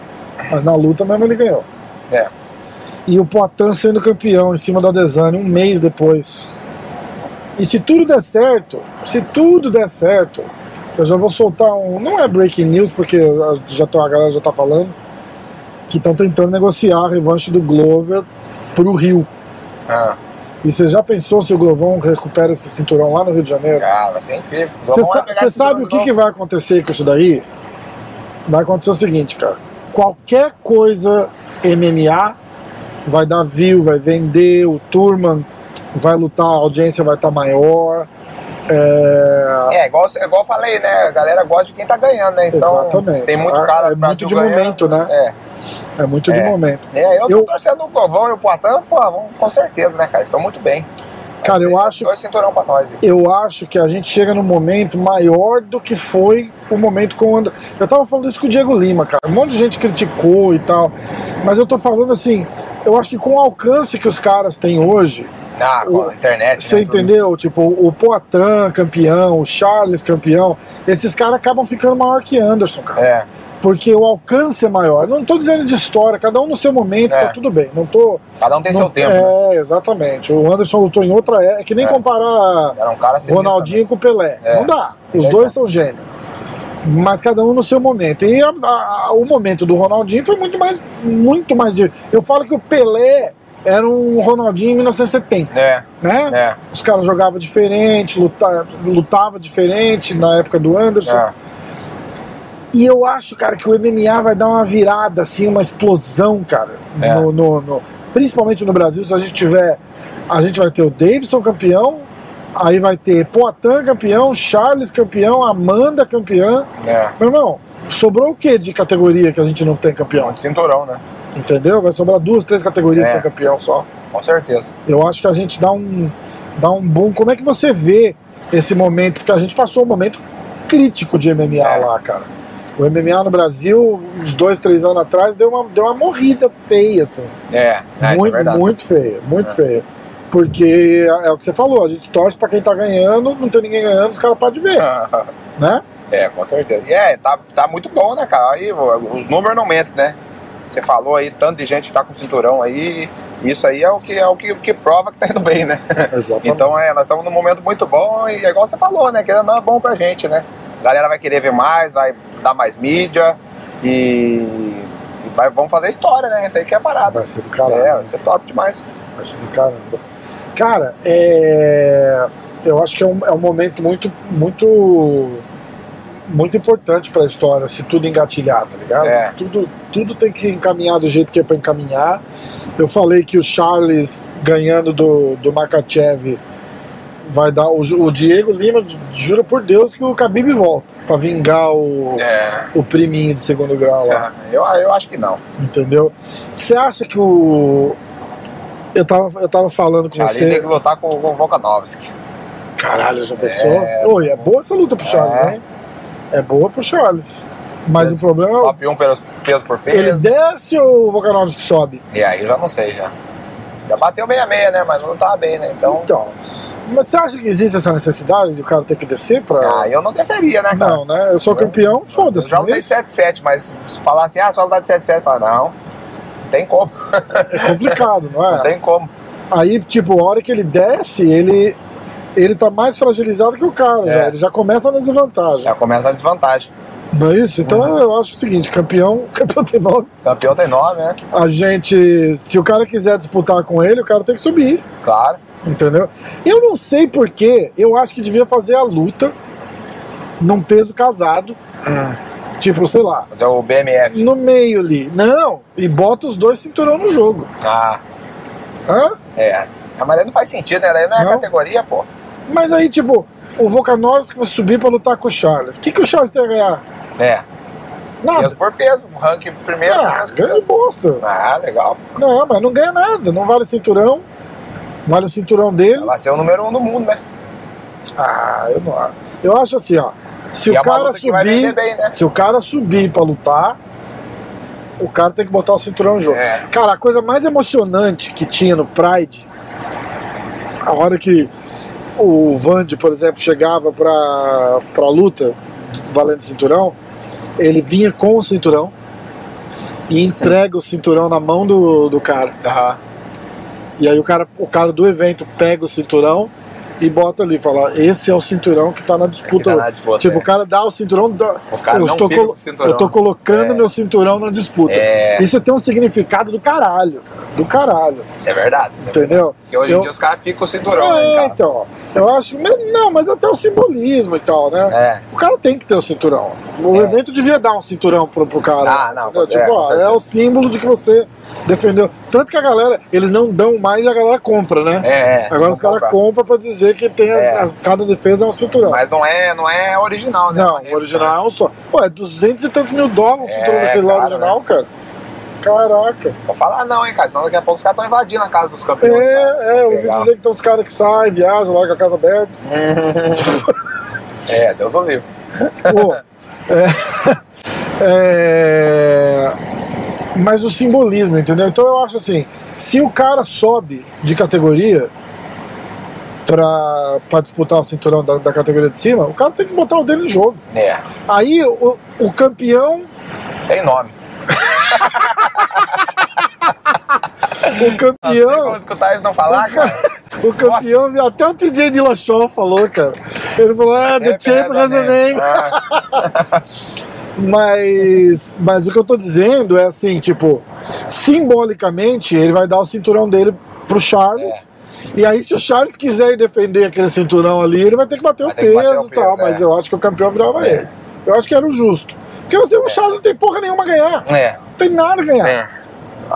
S1: Mas na luta mesmo ele ganhou.
S2: É.
S1: E o Poitin sendo campeão em cima da Desane um mês depois. E se tudo der certo, se tudo der certo, eu já vou soltar um. Não é breaking news, porque já tô, a galera já tá falando. Que estão tentando negociar a revanche do Glover pro Rio.
S2: Ah,
S1: E você já pensou se o Glovão recupera esse cinturão lá no Rio de Janeiro?
S2: cara, vai ser incrível.
S1: Você É. sa- você sabe o que, que vai acontecer com isso daí? Vai acontecer o seguinte, cara. Qualquer coisa MMA vai dar view, vai vender, o Turman vai lutar, a audiência vai estar maior. É,
S2: É, igual, é igual eu falei, né? A galera gosta de quem tá ganhando, né? Então,
S1: Exatamente.
S2: tem muito
S1: Ah,
S2: cara
S1: é
S2: do Brasil
S1: muito de
S2: ganhando.
S1: momento, né?
S2: É.
S1: É muito de
S2: É.
S1: momento.
S2: É, eu,
S1: Eu-
S2: tô torcendo o Govão e o Poitin, pô, vão- com certeza, né, cara? Estão muito bem.
S1: Cara, eu acho
S2: Dois cinturão pra nós. aí.
S1: eu acho que a gente chega num momento maior do que foi o momento com o André. Eu tava falando isso com o Diego Lima, cara. Um monte de gente criticou e tal. Mas eu tô falando assim, eu acho que com o alcance que os caras têm hoje,
S2: Ah,
S1: o-
S2: com a internet.
S1: você
S2: né?
S1: entendeu? Tipo, o Poitin campeão, o Charles campeão, esses caras acabam ficando maior que Anderson, cara
S2: É,
S1: porque o alcance é maior. Não tô dizendo de história, cada um no seu momento,
S2: É.
S1: tá tudo bem. Não tô.
S2: cada um tem
S1: não,
S2: seu tempo. né?
S1: É, exatamente. O Anderson lutou em outra é, é que nem
S2: É.
S1: comparar
S2: Era um cara sinistro
S1: Ronaldinho com Pelé.
S2: É.
S1: Não dá. Os
S2: É,
S1: dois são gênios. Mas cada um no seu momento. E a- a- o momento do Ronaldinho foi muito mais. Muito mais. De, eu falo que o Pelé era um Ronaldinho em 1970,
S2: também.
S1: né?
S2: É, é,
S1: Os caras jogavam diferente, lutava, lutava diferente na época do Anderson.
S2: é.
S1: E eu acho, cara, que o MMA vai dar uma virada, assim, uma explosão, cara.
S2: É.
S1: No, no- no- principalmente no Brasil, se a gente tiver. A gente vai ter o Davidson campeão, aí vai ter Poitin campeão, Charles campeão, Amanda campeã.
S2: É.
S1: Meu irmão, sobrou o quê de categoria que a gente não tem
S2: É
S1: campeão?
S2: um cinturão, né?
S1: Entendeu? Vai sobrar duas, três categorias
S2: É.
S1: sem campeão só.
S2: Com certeza.
S1: Eu acho que a gente dá um, dá um boom. Como é que você vê esse momento? Porque a gente passou um momento crítico de MMA
S2: É.
S1: lá, cara. O MMA no Brasil, uns dois, três anos atrás, deu uma, deu uma morrida feia, assim.
S2: É, é, isso é
S1: muito,
S2: verdade.
S1: muito feia, muito
S2: É.
S1: feia. Porque é o que você falou, a gente torce pra quem tá ganhando, não tem ninguém ganhando, os caras param de ver, né?
S2: É, com certeza. E é, tá, tá muito bom, né, cara? Aí o- os números não mentem, né? Você falou aí, tanto de gente que tá com cinturão aí, isso aí é o que é o que, o que prova que tá indo bem, né?
S1: Exatamente.
S2: Então é, nós estamos num momento muito bom e é igual você falou, né? Que é bom pra gente, né? A galera vai querer ver mais, vai dar mais mídia e, e vai- vamos fazer história, né? Isso aí que é a parada.
S1: Vai ser do caralho.
S2: É, isso é top demais.
S1: Vai ser do caramba. Cara, é... eu acho que é um, é um momento muito, muito, muito importante pra história, se tudo engatilhar, tá ligado?
S2: É.
S1: Tudo, tudo tem que encaminhar do jeito que é pra encaminhar. Eu falei que o Charles ganhando do, do Makachev vai dar. O, Ju- o Diego Lima, ju- jura por Deus que o Khabib volta pra vingar o,
S2: É.
S1: o priminho de segundo grau lá.
S2: Eu, eu acho que não.
S1: Entendeu? Você acha que o. Eu tava, eu tava falando com
S2: Ali tem
S1: você.
S2: que lutar com, com o Volkanovski.
S1: Caralho, já pensou? Oi, é boa essa luta pro Charles,
S2: É.
S1: hein? É boa pro Charles. Mas o problema é. o-
S2: Top 1 peso, peso por peso.
S1: Ele desce ou o Volkanovski sobe?
S2: E aí eu já não sei já. Já bateu meia meia, né? Mas não tava bem, né? Então.
S1: Então. Mas você acha que existe essa necessidade de o cara ter que descer pra.
S2: Ah, eu não desceria, né, cara?
S1: não, né? Eu sou campeão, foda-se.
S2: Eu já
S1: não é
S2: lutei
S1: isso?
S2: 7-7, mas se falar assim, ah, só lutar de 7-7, fala, não. não Tem como,
S1: É complicado, não
S2: não
S1: é?
S2: tem como.
S1: Aí, tipo, a hora que ele desce, ele. Ele tá mais fragilizado que o cara,
S2: É.
S1: já. Ele já começa na desvantagem.
S2: Já começa a desvantagem.
S1: Não é isso? Então eu acho o seguinte, campeão, campeão tem nome.
S2: Campeão tem nome, né?
S1: A gente, se o cara quiser disputar com ele, o cara tem que subir,
S2: Claro.
S1: entendeu? Eu não sei porquê, eu acho que devia fazer a luta num peso casado, tipo, sei lá,
S2: Mas é o BMF.
S1: no meio ali. Não, e bota os dois cinturão no jogo.
S2: Ah,
S1: Hã?
S2: é. Ah, Mas aí não faz sentido, né? Aí não é
S1: Não.
S2: categoria, pô.
S1: Mas aí, tipo, o Volkanovski vai subir pra lutar com o Charles. O que, que o Charles tem a ganhar?
S2: É.
S1: Nada.
S2: Peso por peso. Um Ranking primeiro.
S1: Ah,
S2: peso por
S1: grande
S2: peso.
S1: bosta.
S2: Ah, legal.
S1: Não, mas não ganha nada. Não vale cinturão. Vale o cinturão dele.
S2: Vai ser o número um do mundo, né?
S1: Ah, eu não acho. Eu acho assim, ó. Se
S2: e é
S1: o
S2: uma
S1: cara
S2: luta que vai
S1: subir,
S2: vender bem, né?
S1: se o cara subir pra lutar, o cara tem que botar o cinturão no jogo.
S2: É.
S1: Cara, a coisa mais emocionante que tinha no Pride, a hora que o Vande, por exemplo, chegava pra, pra luta, valendo cinturão, ele vinha com o cinturão e entrega o cinturão na mão do, do cara.
S2: Aham.
S1: E aí o cara, o cara do evento pega o cinturão e bota ali, fala, esse é o cinturão que tá na
S2: Que
S1: disputa.
S2: tá na disputa,
S1: tipo,
S2: é.
S1: o cara dá o cinturão, dá-
S2: o cara
S1: eu
S2: não
S1: estou
S2: fica
S1: colo-
S2: com o cinturão.
S1: eu tô colocando
S2: É.
S1: meu cinturão na disputa.
S2: É,
S1: Isso tem um significado do caralho, cara, do caralho,
S2: isso é verdade. Isso é verdade.
S1: entendeu?
S2: Porque hoje em
S1: Eu-
S2: dia os caras ficam com o cinturão,
S1: é,
S2: né, cara?
S1: então, eu acho, mas- não, mas até o simbolismo e tal, né?
S2: É.
S1: O cara tem que ter o cinturão. O
S2: É.
S1: evento devia dar um cinturão pro, pro cara.
S2: Ah, não,
S1: entendeu?
S2: com certeza,
S1: Tipo, ó,
S2: com
S1: é
S2: certeza.
S1: o símbolo de que você defendeu. Tanto que a galera, eles não dão mais e a galera compra, né?
S2: É, é.
S1: Agora os caras compram pra dizer que tem a-
S2: É.
S1: as- cada defesa é um cinturão.
S2: Mas não é, não é original, né?
S1: não, o original é um só. Pô, é 200 e tantos mil dólares um
S2: É,
S1: cinturão daquele lá
S2: claro,
S1: original, cara. Caraca.
S2: Vou falar "Ah, não, hein, cara. Senão daqui a pouco os caras estão invadindo a casa dos campeões. cara.
S1: É, é, eu ouvi
S2: Legal.
S1: dizer que tem uns caras que saem, viajam, largam a casa aberta.
S2: É, Deus o livre.
S1: Pô, é, é, mas o simbolismo, entendeu? Então eu acho assim, se o cara sobe de categoria pra, pra disputar o cinturão da, da categoria de cima, o cara tem que botar o dele no jogo.
S2: É,
S1: Aí o, o campeão,
S2: tem nome.
S1: o
S2: Não tem como
S1: campeão,
S2: escutar eles não falar, cara.
S1: o campeão, até o TJ de Lachon falou, cara. Ele falou, ah, the
S2: É,
S1: champ
S2: beleza
S1: has a
S2: mesmo.
S1: name.
S2: Ah,
S1: Mas, mas o que eu tô dizendo é assim, tipo, simbolicamente ele vai dar o cinturão dele pro Charles.
S2: É.
S1: E aí, se o Charles quiser ir defender aquele cinturão ali, ele vai ter que bater, o,
S2: Vai ter que
S1: peso
S2: bater o
S1: e tal.
S2: peso,
S1: Mas
S2: é.
S1: eu acho que o campeão virava
S2: É.
S1: ele. Eu acho que era o justo. Porque assim, o Charles não tem porra nenhuma a ganhar.
S2: É,
S1: Não tem nada a ganhar.
S2: é.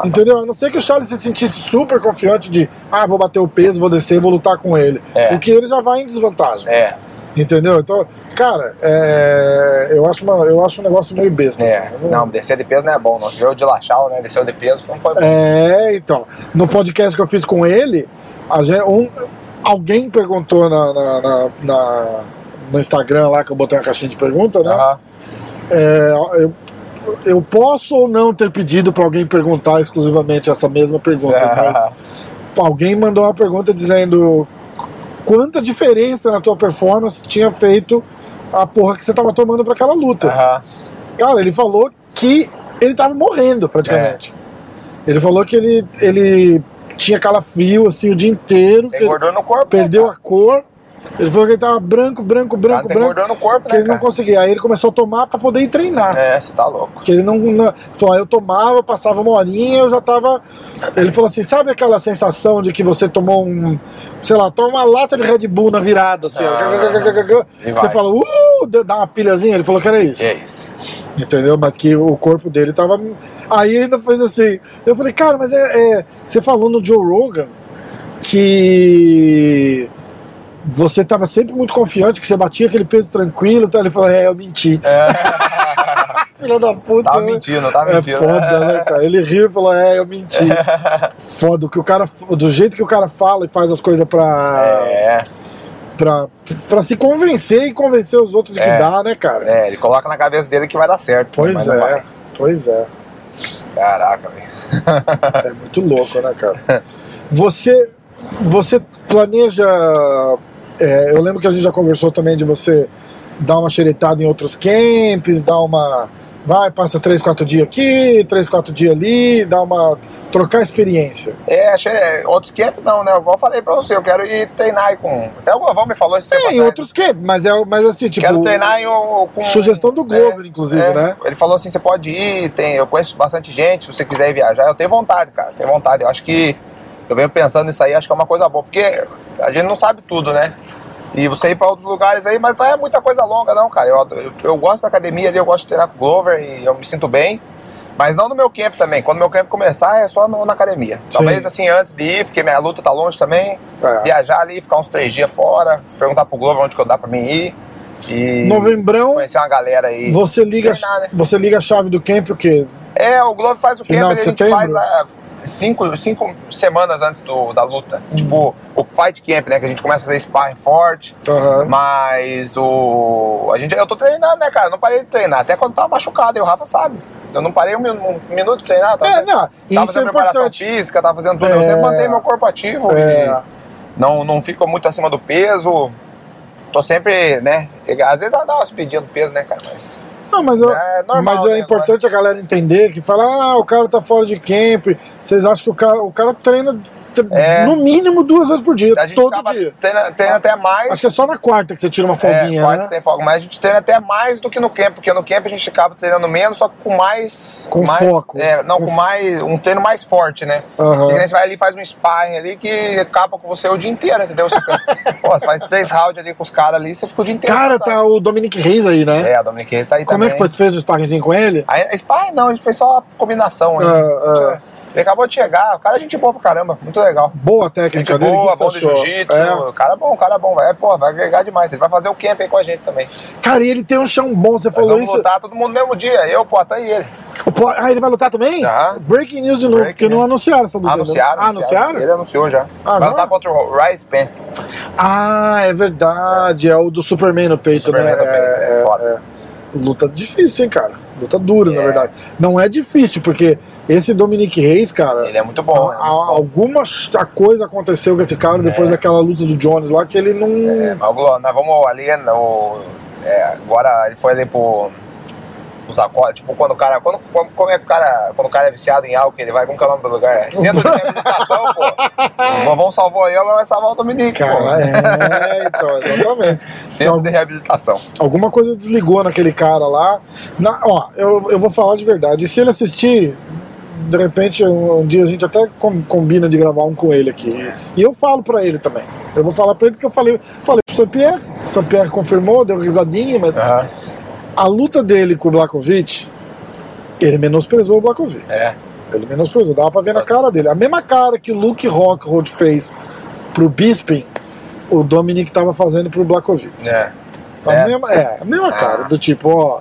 S1: Entendeu? A não ser que o Charles se sentisse super confiante de, ah, vou bater o peso, vou descer, vou lutar com ele.
S2: É.
S1: O que ele já vai em desvantagem.
S2: É,
S1: Entendeu? Então, cara, é, eu, acho uma- eu acho um negócio meio besta.
S2: é.
S1: assim. Eu
S2: Não, descer de peso não é bom. Não se viu o de Lachal, né? Desceu de peso, não foi bom.
S1: É, então. No podcast que eu fiz com ele, a gen- um- alguém perguntou na, na- na- na- no Instagram lá, que eu botei uma caixinha de pergunta, né?
S2: Aham.
S1: É, eu, eu posso ou não ter pedido pra alguém perguntar exclusivamente essa mesma pergunta, mas alguém mandou uma pergunta dizendo quanta diferença na tua performance tinha feito a porra que você tava tomando pra aquela luta.
S2: Aham.
S1: Cara, ele falou que ele tava morrendo praticamente.
S2: É.
S1: Ele falou que ele, ele tinha calafrio assim o dia inteiro, que
S2: Tem
S1: ele
S2: gordura no corpo.
S1: perdeu
S2: né,
S1: a cor. Ele falou que ele tava branco, branco,
S2: cara?
S1: branco,
S2: Tem
S1: branco,
S2: gordura no corpo,
S1: que
S2: né,
S1: ele não
S2: cara?
S1: conseguia. Aí ele começou a tomar pra poder ir treinar.
S2: É, você tá louco.
S1: Que ele não, não. Falou, ah, eu tomava, passava uma horinha, eu já tava. Ele falou assim: sabe aquela sensação de que você tomou um. Sei lá, toma uma lata de Red Bull na virada, assim, ó,
S2: Ah,
S1: gagagagagaga.
S2: e
S1: Você
S2: vai.
S1: fala, uh, deu- dá uma pilhazinha. Ele falou que era isso.
S2: E é isso.
S1: Entendeu? Mas que o corpo dele tava. Aí ainda fez assim. Eu falei, cara, mas é. é- Você falou no Joe Rogan que. Você tava sempre muito confiante que você batia aquele peso tranquilo. Então ele falou: É, eu menti. Filha da puta.
S2: É. Tava
S1: né?
S2: mentindo, tava
S1: É
S2: Tá mentindo.
S1: foda, né, cara? Ele riu e falou: É, eu menti. Foda, o que o cara, do jeito que o cara fala e faz as coisas pra,
S2: É,
S1: pra, pra se convencer e convencer os outros de que
S2: É.
S1: dá, né, cara?
S2: é, ele coloca na cabeça dele que vai dar certo. mas
S1: Pois
S2: não
S1: é,
S2: vai.
S1: pois é.
S2: Caraca, velho.
S1: É muito louco, né, cara? Você, você planeja. é, eu lembro que a gente já conversou também de você dar uma xeretada em outros camps, dar uma. Vai, passa três, quatro dias aqui, três, quatro dias ali, dá uma. trocar experiência.
S2: É, achei. é, Outros campos não, né? Igual eu falei pra você, eu quero ir treinar aí com. Até o Galvão me falou esse tempo
S1: Tem
S2: atrás.
S1: outros que, mas é mas assim, tipo.
S2: Quero treinar em, o- com.
S1: Sugestão do Glover, inclusive,
S2: É,
S1: né?
S2: Ele falou assim: você pode ir, tem, eu conheço bastante gente, se você quiser ir viajar, eu tenho vontade, cara, tenho vontade. Eu acho que eu venho pensando nisso aí, acho que é uma coisa boa, porque a gente não sabe tudo, né? E você ir pra outros lugares aí, mas não é muita coisa longa, não, cara. Eu, eu, eu gosto da academia ali, eu gosto de treinar com o Glover e eu me sinto bem. Mas não no meu camp também. Quando meu camp começar, é só no- na academia. Talvez
S1: Sim.
S2: assim, antes de ir, porque minha luta tá longe também.
S1: É.
S2: Viajar ali, ficar uns três dias fora, perguntar pro Glover onde que eu dá pra mim ir. E
S1: Novembrão,
S2: conhecer uma galera aí.
S1: você liga,
S2: É. treinar, né?
S1: você liga a chave do camp, o quê?
S2: É, o Globo faz o
S1: Final
S2: camp,
S1: de
S2: a gente
S1: setembro?
S2: faz ah, cinco, cinco semanas antes do, da luta.
S1: Hum.
S2: Tipo, o fight camp, né? Que a gente começa a fazer sparring forte.
S1: Aham.
S2: Mas o. A gente, eu tô treinando, né, cara? Eu Não parei de treinar. Até quando tava machucado, e o Rafa sabe. Eu não parei um, minu- um minuto de treinar. Tava,
S1: É,
S2: fazendo-
S1: não,
S2: tava
S1: isso é
S2: fazendo preparação
S1: importante.
S2: física, tava fazendo tudo. Eu
S1: É.
S2: sempre mantenho meu corpo ativo.
S1: É.
S2: e ah, não, não fico muito acima do peso. Tô sempre, né? Às vezes ela dá umas pedidas do peso, né, cara? Mas
S1: Não, mas, eu-
S2: é normal.
S1: mas
S2: né,
S1: é importante a galera entender que fala, ah, o cara tá fora de camp. Vocês acham que o cara, o cara treina tre-
S2: É.
S1: no mínimo duas vezes por dia,
S2: A gente
S1: todo
S2: acaba
S1: dia.
S2: Treina, treina até mais.
S1: Acho que é só na quarta que você tira uma folguinha,
S2: é, quarta
S1: né?
S2: tem folga, mas a gente treina até mais do que no camp, porque no camp a gente acaba treinando menos, só que com mais.
S1: Com
S2: mais-
S1: foco.
S2: É, não,
S1: Com fo-
S2: com,
S1: Ah.
S2: mais. Um treino mais forte, né?
S1: Aham.
S2: Porque daí você vai ali e faz um sparring ali que acaba com você o dia inteiro, entendeu? Você, fica- Pô, você faz três rounds ali com os caras ali, você fica o dia inteiro.
S1: Cara,
S2: cansado.
S1: tá o Dominic Reis aí, né?
S2: É, a Dominique Reis tá aí
S1: Como
S2: também.
S1: é que foi? Tu fez um sparringzinho com ele?
S2: Aí, sparring não, a gente fez só a combinação. né?
S1: Ah, ah.
S2: Ele acabou de chegar, o cara é gente boa pra caramba, muito legal.
S1: Boa técnica
S2: Gente
S1: dele. o
S2: boa,
S1: que que
S2: bom
S1: você
S2: de
S1: achou?
S2: jiu-jitsu,
S1: É.
S2: o cara é bom, o cara é bom, vai, pô, vai agregar demais. Ele vai fazer o camp aí com a gente também.
S1: Cara, e ele tem um chão bom, você
S2: Nós
S1: falou
S2: vamos
S1: isso.
S2: lutar todo mundo no mesmo dia, eu, Poitin e ele.
S1: O Po- Ah, ele vai lutar também?
S2: Aham.
S1: Breaking news de novo,
S2: Breaking
S1: porque não
S2: news.
S1: anunciaram essa luta.
S2: Anunciaram,
S1: né? Ah, anunciaram?
S2: Ele anunciou já.
S1: Ah, já?
S2: vai lutar contra o Rice Pen.
S1: Ah, é verdade. É o do Superman no peito,
S2: Superman
S1: né?
S2: no peito,
S1: É,
S2: é foda.
S1: é. Luta difícil, hein, cara? Luta dura, na
S2: É.
S1: verdade. Não é difícil, porque esse Dominic Reis, cara.
S2: Ele é muito bom.
S1: a-
S2: né?
S1: a- alguma ch- a coisa aconteceu com esse cara depois daquela luta do Jones lá que ele não.
S2: É, mas o Glo- nós vamos ali, no, é, agora ele foi ali pro. Os acordes, tipo, quando o cara. Quando, como, como é que o cara. Quando o cara é viciado em álcool, ele vai com o nome do lugar. Centro de reabilitação, pô. O Vovão salvou eu, mas vai salvar o Dominique,
S1: Cara,
S2: pô.
S1: é, então, exatamente.
S2: Centro de reabilitação.
S1: Alguma coisa desligou naquele cara lá. Na- ó, eu, eu vou falar de verdade. Se ele assistir, de repente, um, um dia a gente até com- combina de gravar um com ele aqui. E eu falo pra ele também. Eu vou falar pra ele porque eu falei, falei pro Saint-Pierre. Saint-Pierre confirmou, deu risadinha, mas
S2: Aham.
S1: a luta dele com o Blakovic, ele menosprezou o Blakovic.
S2: É.
S1: Ele menosprezou, dava pra ver na cara dele. A mesma cara que o Luke Rockhold fez pro Bisping, o Dominic tava fazendo pro Blakovic.
S2: É.
S1: A
S2: Certo.
S1: mesma, é, a mesma
S2: Ah.
S1: cara, do tipo, ó.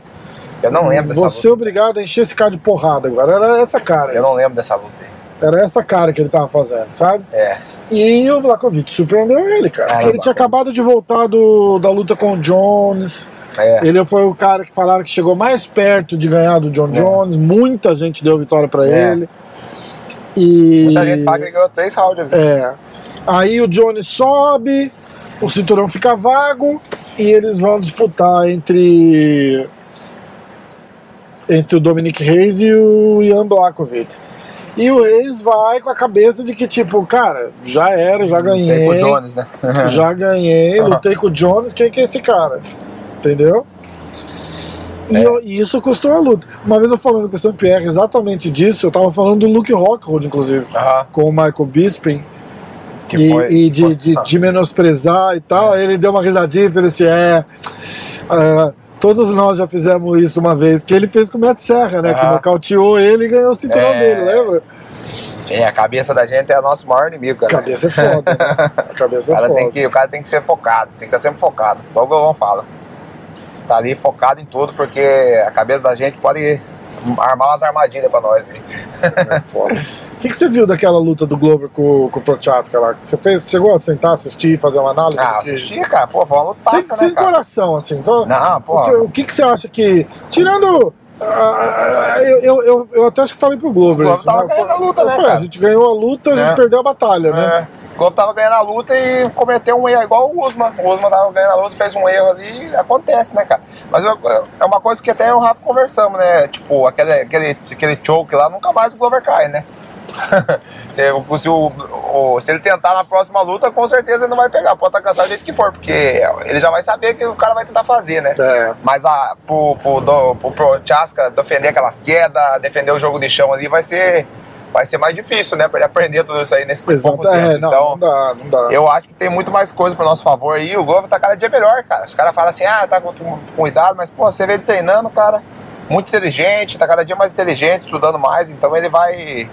S2: Eu não lembro dessa
S1: Você é
S2: luta.
S1: obrigado a encher esse cara de porrada agora. Era essa cara.
S2: Eu não lembro dessa luta aí.
S1: Era essa cara que ele tava fazendo, sabe?
S2: É.
S1: E o Blakovic surpreendeu ele, cara.
S2: Ah,
S1: porque
S2: o
S1: ele tinha
S2: Blakovic.
S1: acabado de voltar do, da luta com o Jones.
S2: É.
S1: Ele foi o cara que falaram que chegou mais perto de ganhar do John Jones. Muita gente deu vitória pra
S2: É.
S1: ele. E.
S2: Muita gente fala que ele ganhou três rounds. ali.
S1: É. Aí o Jones sobe, o cinturão fica vago e eles vão disputar entre entre o Dominic Reis e o Ian Blakovic. E o Reis vai com a cabeça de que tipo, cara, já era, já
S2: Tem
S1: ganhei,
S2: com o Jones, né?
S1: já ganhei,
S2: Aham.
S1: lutei com o Jones, quem que é esse cara? Entendeu? E,
S2: É.
S1: eu- e isso custou a luta. Uma vez eu falando com o Sam Pierre exatamente disso, eu tava falando do Luke Rockhold, inclusive
S2: Aham.
S1: com o Michael Bisping
S2: Que
S1: e,
S2: foi- É.
S1: e de,
S2: foi-
S1: de,
S2: ah.
S1: de menosprezar e tal. Ele deu uma risadinha e fez assim: é. ah, todos nós já fizemos isso uma vez, que ele fez com o Matt Serra, né? Que
S2: Ah.
S1: nocauteou ele e ganhou o cinturão
S2: É.
S1: dele, lembra?
S2: É, a cabeça da gente é o nosso maior inimigo,
S1: A
S2: cara.
S1: cabeça é foda, né? A cabeça
S2: O
S1: é
S2: cara,
S1: foda.
S2: tem que, o cara tem que ser focado, tem que estar sempre focado. Igual o Galvão fala. Tá ali focado em tudo, porque a cabeça da gente pode armar umas armadilhas pra nós. hein?
S1: É foda. O que, que você viu daquela luta do Glover com, com o Prochaska lá? Você fez, chegou a sentar, assistir, fazer uma análise?
S2: Ah,
S1: do que-
S2: assisti, cara. Pô, foi uma
S1: Sem,
S2: lutaça,
S1: sem
S2: né, cara?
S1: coração, assim. Só,
S2: Não,
S1: O que,
S2: pô.
S1: o que que você acha que. Tirando. ah, ah, eu, eu, eu até acho que falei pro Glover.
S2: O Glover
S1: isso,
S2: tava
S1: né?
S2: ganhando a luta,
S1: Eu
S2: né,
S1: falei,
S2: cara?
S1: A gente ganhou a luta, a gente
S2: É.
S1: perdeu a batalha, né?
S2: É. O Globo tava ganhando a luta e cometeu um erro, igual o Usman. O Usman tava ganhando a luta, fez um erro ali, acontece, né, cara? Mas eu- eu- é uma coisa que até eu e o Rafa conversamos, né? Tipo, aquele, aquele, aquele choke lá, nunca mais o Glover cai, né? se, o- se o- o- se ele tentar na próxima luta, com certeza ele não vai pegar. Pode estar cansado do jeito que for, porque ele já vai saber que o cara vai tentar fazer, né?
S1: É.
S2: Mas a, pro, pro, do, pro, Prochaska defender aquelas quedas, defender o jogo de chão ali, vai ser, vai ser mais difícil, né? Pra ele aprender tudo isso aí nesse pouco
S1: Exato.
S2: tempo.
S1: É, não, não
S2: então,
S1: dá, não dá.
S2: eu acho que tem muito mais coisa pro nosso favor aí. O Glover tá cada dia melhor, cara. Os caras falam assim, ah, tá com com cuidado, mas, pô, você vê ele treinando, cara. Muito inteligente, tá cada dia mais inteligente, estudando mais. Então ele vai,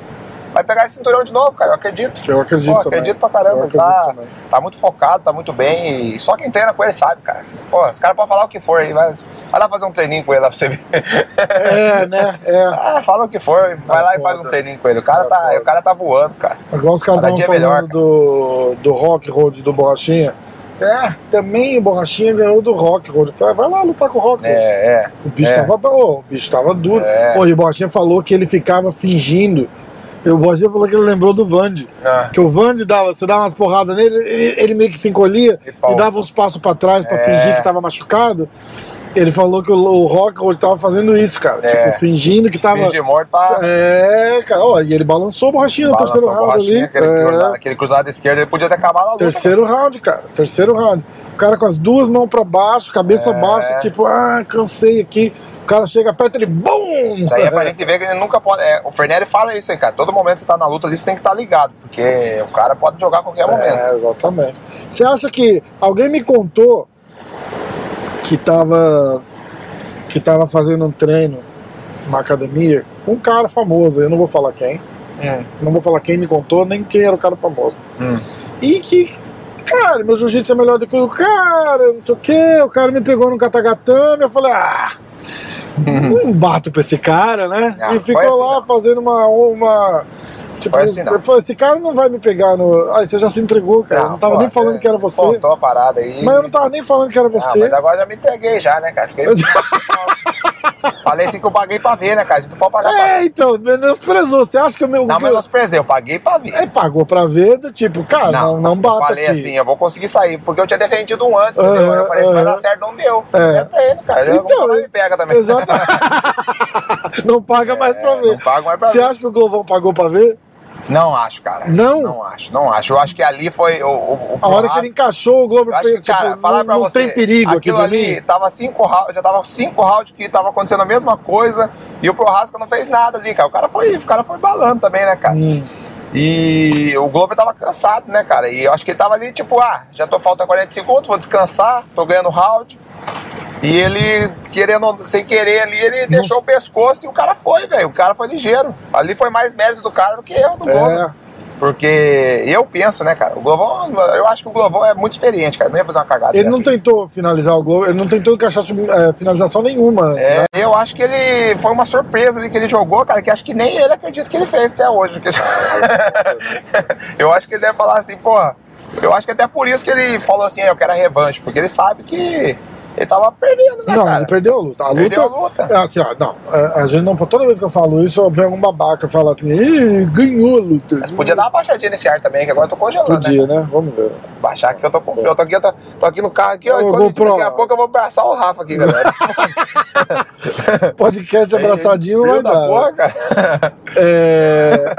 S2: vai pegar esse cinturão de novo, cara. Eu acredito.
S1: Eu acredito
S2: Pô,
S1: também.
S2: acredito pra
S1: Eu
S2: caramba.
S1: acredito
S2: tá,
S1: também.
S2: tá muito focado, tá muito bem. E só quem treina com ele sabe, cara. Pô, os caras podem falar o que for aí. Vai, vai lá fazer um treininho com ele lá pra você ver.
S1: É, né? É.
S2: ah, fala o que for, vai
S1: Tá
S2: lá e faz um
S1: foda.
S2: treininho com ele. O cara,
S1: Tá
S2: tá,
S1: foda.
S2: o cara tá voando, cara.
S1: Igual os caras
S2: Cada
S1: estavam
S2: dia é
S1: falando do,
S2: melhor,
S1: do Rock Road do Borrachinha. É, também o Borrachinha ganhou do Rock Road. Falei, Vai lá lutar com o Rock Road.
S2: É, é.
S1: O bicho,
S2: É.
S1: tava, ô, o bicho tava duro.
S2: É.
S1: Pô, e o Borrachinha falou que ele ficava fingindo. E o Borrachinha falou que ele lembrou do Vande.
S2: Ah,
S1: Que o Vande dava, você dava umas porradas nele, ele, ele meio que se encolhia
S2: E pau.
S1: e dava uns passos pra trás pra
S2: É.
S1: fingir que tava machucado. Ele falou que o, o Rockhold tava fazendo isso, cara.
S2: É.
S1: Tipo, fingindo que tava.
S2: Speed de morte pra.
S1: É, cara, ó, e ele balançou a borrachinha no
S2: Balança
S1: terceiro
S2: a
S1: round
S2: borrachinha,
S1: ali.
S2: Aquele,
S1: É,
S2: cruzado, aquele cruzado esquerdo, ele podia ter acabado a luta.
S1: terceiro round, cara. Terceiro round. O cara com as duas mãos pra baixo, cabeça
S2: É.
S1: baixa, tipo, ah, cansei aqui. O cara chega perto, ele BUM!
S2: Isso aí é pra gente ver que ele nunca pode. é, o Fernelli fala isso aí, cara. Todo momento que você tá na luta ali, você tem que estar ligado, porque o cara pode jogar a qualquer momento.
S1: É, exatamente. Você acha que alguém me contou que tava que tava fazendo um treino na academia com um cara famoso, eu não vou falar quem, não vou falar quem me contou, nem quem era o cara famoso.
S2: Hum.
S1: E que cara, meu jiu-jitsu é melhor do que o cara, não sei o que, o cara me pegou no catagatame, eu falei, ah, não bato pra esse cara, né?
S2: Uhum. Ah,
S1: e
S2: não
S1: ficou
S2: foi assim,
S1: lá
S2: não.
S1: fazendo uma. uma tipo,
S2: Foi assim, não.
S1: eu falei, esse cara não vai me pegar no. Ai, você já se entregou, cara. É, eu não tava
S2: pô,
S1: nem falando
S2: você
S1: que era você.
S2: Contou a parada aí.
S1: Mas eu não tava nem falando que era você.
S2: Ah, mas agora já me entreguei já, né, cara? Fiquei. Falei assim que eu paguei pra ver, né, cara? A gente não pode pagar pra ver.
S1: É, então, menosprezou. Você acha que o meu.
S2: Não,
S1: que
S2: mas nós prezei, eu paguei pra ver.
S1: É, pagou pra ver do tipo, cara, não, não, bata
S2: Eu falei
S1: aqui.
S2: assim, eu vou conseguir sair, porque eu tinha defendido um antes, entendeu?
S1: Aham,
S2: Aí eu falei, se vai
S1: aham.
S2: dar certo, não deu.
S1: É.
S2: É. Até ele, cara.
S1: Então,
S2: Então, eu me pega também.
S1: Exato. não paga mais pra
S2: É,
S1: ver.
S2: Não pago mais pra
S1: Você
S2: ver.
S1: acha que o Glovão pagou pra ver?
S2: Não acho, cara.
S1: Não?
S2: Não acho, não acho. Eu acho que ali foi o. o, o
S1: A hora que ele encaixou o Globo,
S2: Eu acho que,
S1: tipo,
S2: cara, falar
S1: não,
S2: pra
S1: não
S2: você.
S1: tem perigo aqui
S2: aquilo
S1: pra
S2: ali
S1: mim.
S2: tava cinco rounds, já tava cinco rounds que tava acontecendo a mesma coisa e o Prohasca não fez nada ali, cara. O cara foi, o cara foi balando também, né, cara?
S1: Hum.
S2: E o Glover tava cansado, né, cara? E eu acho que ele tava ali, tipo, ah, já tô falta 40 segundos, vou descansar, tô ganhando round. E ele, querendo, sem querer ali, ele deixou o pescoço e o cara foi, velho. O cara foi ligeiro. Ali foi mais mérito do cara do que eu do Glover.
S1: É,
S2: Porque eu penso, né, cara? O Glovão, eu acho que o Glovão é muito experiente, cara. Não ia fazer uma cagada.
S1: ele não
S2: dessa.
S1: tentou finalizar o Globo, ele não tentou encaixar sub- é, finalização nenhuma antes,
S2: É,
S1: né?
S2: eu acho que ele foi uma surpresa ali que ele jogou, cara, que acho que nem ele acredita que ele fez até hoje. porque- eu acho que ele deve falar assim, porra. Eu acho que até por isso que ele falou assim, eu quero a revanche, porque ele sabe que Ele tava perdendo, né,
S1: Não,
S2: cara?
S1: ele perdeu a luta. A luta.
S2: Perdeu a luta.
S1: é assim, ó, não, a, a gente não. Toda vez que eu falo isso, vem algum babaca e fala assim, "Ih, ganhou a luta.
S2: Mas podia dar uma baixadinha nesse ar também, que agora eu tô congelando, né?
S1: Podia, né? Vamos ver.
S2: Baixar aqui, eu tô com frio. Eu tô aqui, eu tô, tô aqui no carro aqui, ó.
S1: Ô,
S2: e quando
S1: GoPro.
S2: daqui a pouco eu vou abraçar o Rafa aqui, galera.
S1: Podcast abraçadinho não
S2: Frio
S1: vai
S2: da
S1: dar. né?
S2: porra, cara.
S1: É...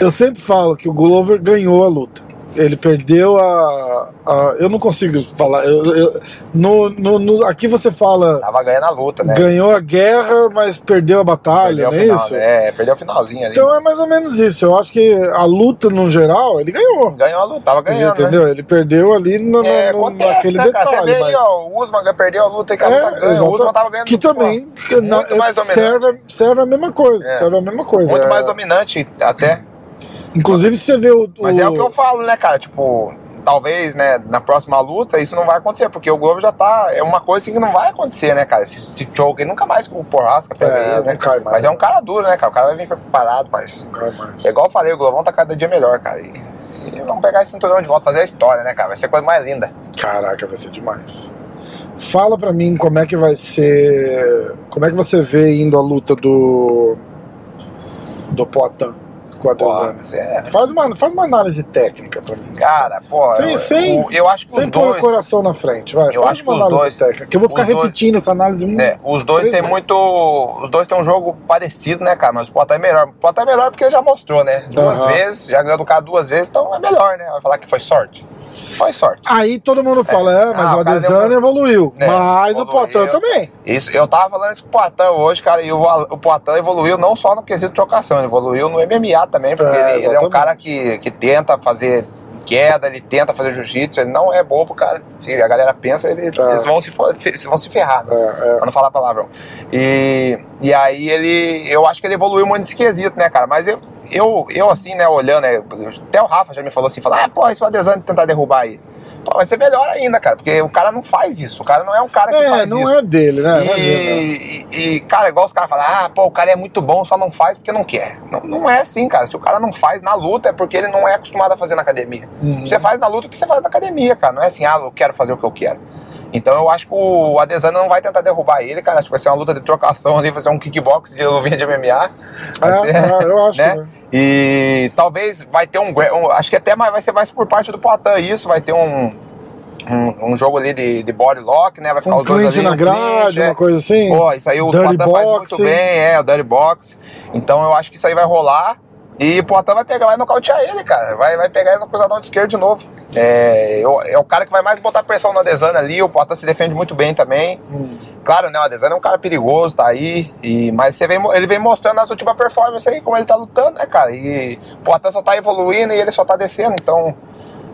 S1: eu sempre falo que o Glover ganhou a luta. Ele perdeu a. a- eu não consigo falar. eu- eu- no, no- no- aqui você fala.
S2: Tava ganhando a luta, né?
S1: Ganhou a guerra, mas perdeu a batalha,
S2: Perdeu o
S1: não é
S2: final,
S1: isso?
S2: né? É, perdeu o finalzinho ali.
S1: Então é mais ou menos isso. Eu acho que a luta, no geral, ele ganhou.
S2: Ganhou a luta, tava ganhando, né?
S1: entendeu? Ele perdeu ali no, no-
S2: É,
S1: no-
S2: acontece,
S1: naquele
S2: né, cara? Você
S1: detalhe.
S2: vê aí,
S1: mas-
S2: ó, o Usman perdeu a luta e cara,
S1: É,
S2: tá ganhando. O
S1: exato.
S2: Usman tava ganhando.
S1: que
S2: pô,
S1: também que na- é,
S2: muito mais dominante.
S1: serve, serve a mesma coisa.
S2: É.
S1: Serve a mesma coisa.
S2: Muito
S1: É,
S2: mais dominante até.
S1: Inclusive, se você vê o.
S2: Mas é o que eu falo, né, cara? Tipo, talvez, né, na próxima luta isso não vai acontecer, porque o Globo já tá. É uma coisa assim que não vai acontecer, né, cara? Esse, esse choke aí nunca mais com o Porrasca pega
S1: É,
S2: ele, né?
S1: não cai mais.
S2: Mas é um cara duro, né, cara? O cara vai vir preparado, mas. É igual eu falei, o Globão tá cada dia melhor, cara. E, e vamos pegar esse cinturão de volta, fazer a história, né, cara? Vai ser a coisa mais linda.
S1: Caraca, vai ser demais. Fala pra mim como é que vai ser. Como é que você vê indo a luta do. do Poitin com a
S2: Porra,
S1: Adesanya?
S2: você é.
S1: Faz uma, faz uma análise técnica pra mim.
S2: Cara, pô,
S1: Sem-
S2: eu,
S1: sem-
S2: o- eu acho que os
S1: Sem pôr o
S2: dois.
S1: coração na frente, vai.
S2: Eu
S1: faz
S2: acho que
S1: uma
S2: os
S1: análise
S2: dois-
S1: técnica. Que eu vou ficar
S2: os dois-
S1: repetindo essa análise muito.
S2: É, os dois
S1: Três
S2: têm
S1: vezes.
S2: muito. Os dois têm um jogo parecido, né, cara? Mas o Potter é melhor. O Potter é melhor porque ele já mostrou, né? Duas
S1: Aham.
S2: vezes, já ganhou do cara duas vezes, então é melhor, né? Vai falar que foi sorte. Foi sorte.
S1: Aí todo mundo fala, é, mas
S2: Ah,
S1: o
S2: o cara deu
S1: Adesanya evoluiu.
S2: É,
S1: mas o
S2: evoluiu.
S1: Poitin também.
S2: Isso, eu tava falando isso com o Poitin hoje, cara, e o, Al- o Poitin evoluiu não só no quesito trocação, ele evoluiu no MMA também, porque
S1: É,
S2: ele- ele, é um
S1: exatamente.
S2: cara que, que tenta fazer queda, ele tenta fazer jiu-jitsu, ele não é bobo, cara. Se a galera pensa, ele-
S1: É.
S2: eles vão se, fo- se- vão se ferrar, né?
S1: É, é.
S2: Pra não falar palavrão. E, e aí ele. Eu acho que ele evoluiu muito nesse quesito, né, cara? Mas eu, eu, eu assim, né, olhando, né, até o Rafa já me falou assim, falou, ah, pô, isso é o Adesanya tentar derrubar aí. Pô, vai ser melhor ainda, cara, porque o cara não faz isso. O cara não é um cara que
S1: É,
S2: faz
S1: não
S2: isso.
S1: é dele, né? Imagina.
S2: E, e- e, cara, igual os caras falam, ah, pô, o cara é muito bom, só não faz porque não quer. Não, não é assim, cara. Se o cara não faz na luta, é porque ele não é acostumado a fazer na academia.
S1: Uhum.
S2: Você faz na luta o que você faz na academia, cara. Não é assim, ah, eu quero fazer o que eu quero. Então eu acho que o Adesanya não vai tentar derrubar ele, cara. Acho que vai ser uma luta de trocação ali, vai ser um kickbox de luvinha de MMA. Vai
S1: É,
S2: ser-
S1: é, eu acho.
S2: né?
S1: né?
S2: E talvez vai ter um, gra- um- Acho que até mais, vai ser mais por parte do Poitin isso, vai ter um, um, um jogo ali de, de body lock, né? Vai ficar
S1: Um
S2: os dois
S1: clinch
S2: ali.
S1: na
S2: um clinch,
S1: grade,
S2: é.
S1: uma coisa assim.
S2: Pô, isso aí o
S1: Dirty
S2: Poitin faz muito
S1: boxing.
S2: bem, é, o Dirty Box. Então eu acho que isso aí vai rolar. E o Poitin vai pegar, vai nocautear ele, cara. Vai, vai pegar ele no cruzadão de esquerda de novo. É, eu- é o cara que vai mais botar pressão no Adesanya ali. O Poitin se defende muito bem também.
S1: Hum.
S2: Claro, né? O Adesanya é um cara perigoso, tá aí. E, mas você vem, mo- ele vem mostrando nas últimas performances aí como ele tá lutando, né, cara? E o Poitin só tá evoluindo e ele só tá descendo. Então,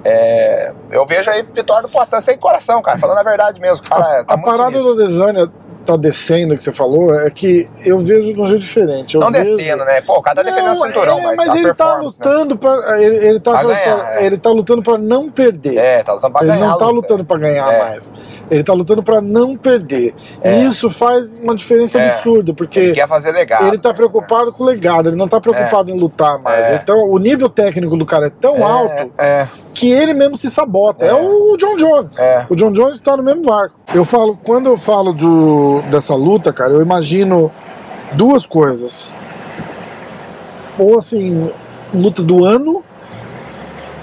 S2: é, eu vejo aí vitória do Poitin sem coração, cara. Falando a verdade mesmo. Cara, tá
S1: a
S2: muito
S1: parada
S2: sinistro.
S1: do Adesanya tá descendo, que você falou, é que eu vejo de um jeito diferente. Eu
S2: Não
S1: vejo...
S2: descendo, né? Pô, o cara tá defendendo
S1: Não,
S2: o cinturão,
S1: é,
S2: mas, a
S1: ele tá
S2: performance, né?
S1: lutando pra. Ele, ele, tá,
S2: Pra
S1: como eu
S2: ganhar,
S1: falo,
S2: é.
S1: ele tá lutando pra não perder.
S2: É, tá lutando pra
S1: ele
S2: ganhar.
S1: não
S2: a
S1: tá
S2: luta.
S1: lutando pra ganhar
S2: É.
S1: mais. Ele tá lutando pra não perder.
S2: É.
S1: E isso faz uma diferença
S2: É.
S1: absurda, porque
S2: Ele quer fazer legado. né?
S1: ele tá preocupado com o legado, ele não tá preocupado em lutar mais.
S2: É.
S1: Então, o nível técnico do cara é tão alto
S2: É,
S1: que ele mesmo se sabota. É,
S2: É.
S1: o John Jones.
S2: É.
S1: O John Jones tá no mesmo barco. Eu falo, quando eu falo do, dessa luta, cara, eu imagino duas coisas. Ou assim, luta do ano,